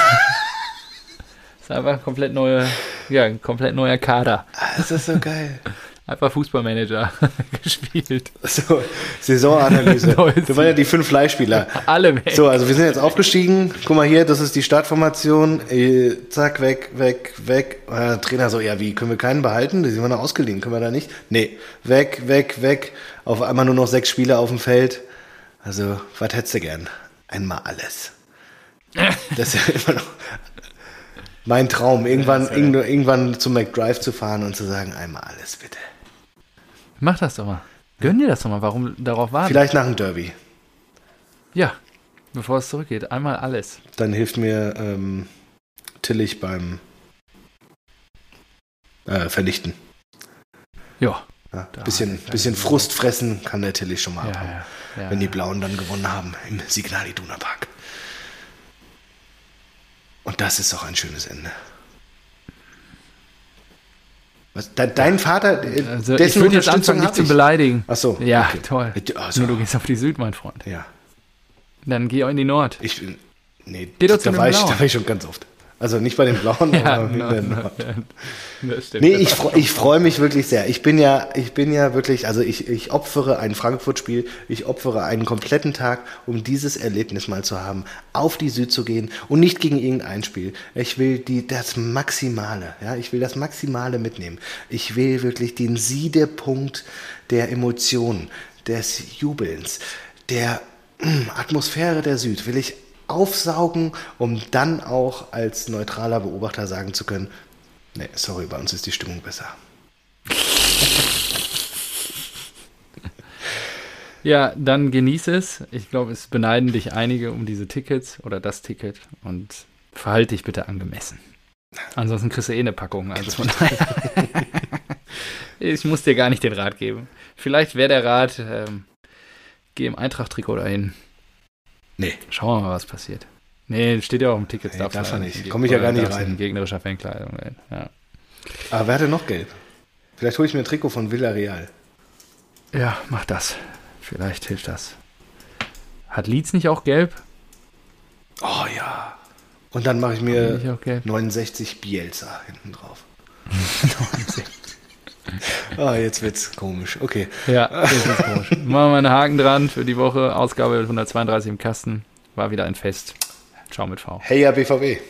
ist einfach ein komplett neuer, ja, ein komplett neuer Kader.
Ah, ist das so geil.
Einfach Fußballmanager gespielt.
So, Saisonanalyse.
Neues
Das waren ja die fünf Leihspieler.
Alle weg.
So, also wir sind jetzt aufgestiegen. Guck mal hier, das ist die Startformation. Äh, zack, weg, weg, weg. Und der Trainer so, ja, wie, können wir keinen behalten? Die sind wir noch ausgeliehen, können wir da nicht? Nee, weg, weg, weg. Auf einmal nur noch sechs Spieler auf dem Feld. Also, was hättest du gern? Einmal alles. Das ist ja immer noch mein Traum, irgendwann, irgendwann, irgendwann zum McDrive zu fahren und zu sagen, einmal alles bitte.
Mach das doch mal. Gönn dir das doch mal. Warum darauf warten?
Vielleicht nach dem Derby.
Ja, bevor es zurückgeht. Einmal alles.
Dann hilft mir ähm, Tillich beim äh, Vernichten.
Ja.
Ja,
Da
bisschen,
hat er
bisschen
keine
Frust fressen kann der Tillich schon mal
Ja,
abhaben.
ja, ja.
Wenn die Blauen dann gewonnen haben im Signal Iduna Park. Und das ist doch ein schönes Ende. Was, de, dein Vater, äh,
also, ich
dessen
würde jetzt
Unterstützung
anfangen, dich
habe
zu
ich.
beleidigen.
Ach so,
Ja,
okay.
toll.
Also,
Nur du gehst auf die Süd, mein Freund.
ja,
Dann geh auch in die Nord.
ich bin, nee,
Geh doch zu
da,
den
war ich,
Blauen.
da war ich schon ganz oft. Also nicht bei den Blauen, aber mit
genau,
den
genau.
Nord.
Das stimmt.
Nee, ich, freu- ich freue mich wirklich sehr. Ich bin ja, ich bin ja wirklich, also ich, ich opfere ein Frankfurt-Spiel, ich opfere einen kompletten Tag, um dieses Erlebnis mal zu haben, auf die Süd zu gehen und nicht gegen irgendein Spiel. Ich will die, das Maximale, ja, ich will das Maximale mitnehmen. Ich will wirklich den Siedepunkt der Emotionen, des Jubelns, der mm, Atmosphäre der Süd will ich aufsaugen, um dann auch als neutraler Beobachter sagen zu können, Nee, sorry, bei uns ist die Stimmung besser.
Ja, dann genieße es. Ich glaube, es beneiden dich einige um diese Tickets oder das Ticket und verhalte dich bitte angemessen. Ansonsten kriegst du eh eine Packung. Also von daher. ich muss dir gar nicht den Rat geben. Vielleicht wäre der Rat, ähm, geh im Eintracht-Trikot dahin.
Nee.
Schauen wir mal, was passiert. Nee, steht ja auch im Ticket.
Nee,
darfst
darf
du
er
ja
nicht.
in
Komm ich ja
Gegner-
gar nicht
darfst du
rein.
In gegnerischer Fankleidung. rein. Ja.
Aber wer hat denn noch Geld? Vielleicht hole ich mir ein Trikot von Villarreal.
ja, mach das. Vielleicht hilft das. Hat Leeds nicht auch gelb?
Oh ja. Und dann mache ich mir
Nicht auch gelb?
69 Bielsa hinten drauf. Ah, jetzt wird's komisch. Okay.
Ja, das ist komisch. Machen wir einen Haken dran für die Woche. Ausgabe 132 im Kasten. War wieder ein Fest. Ciao mit V.
Hey ja, BVB.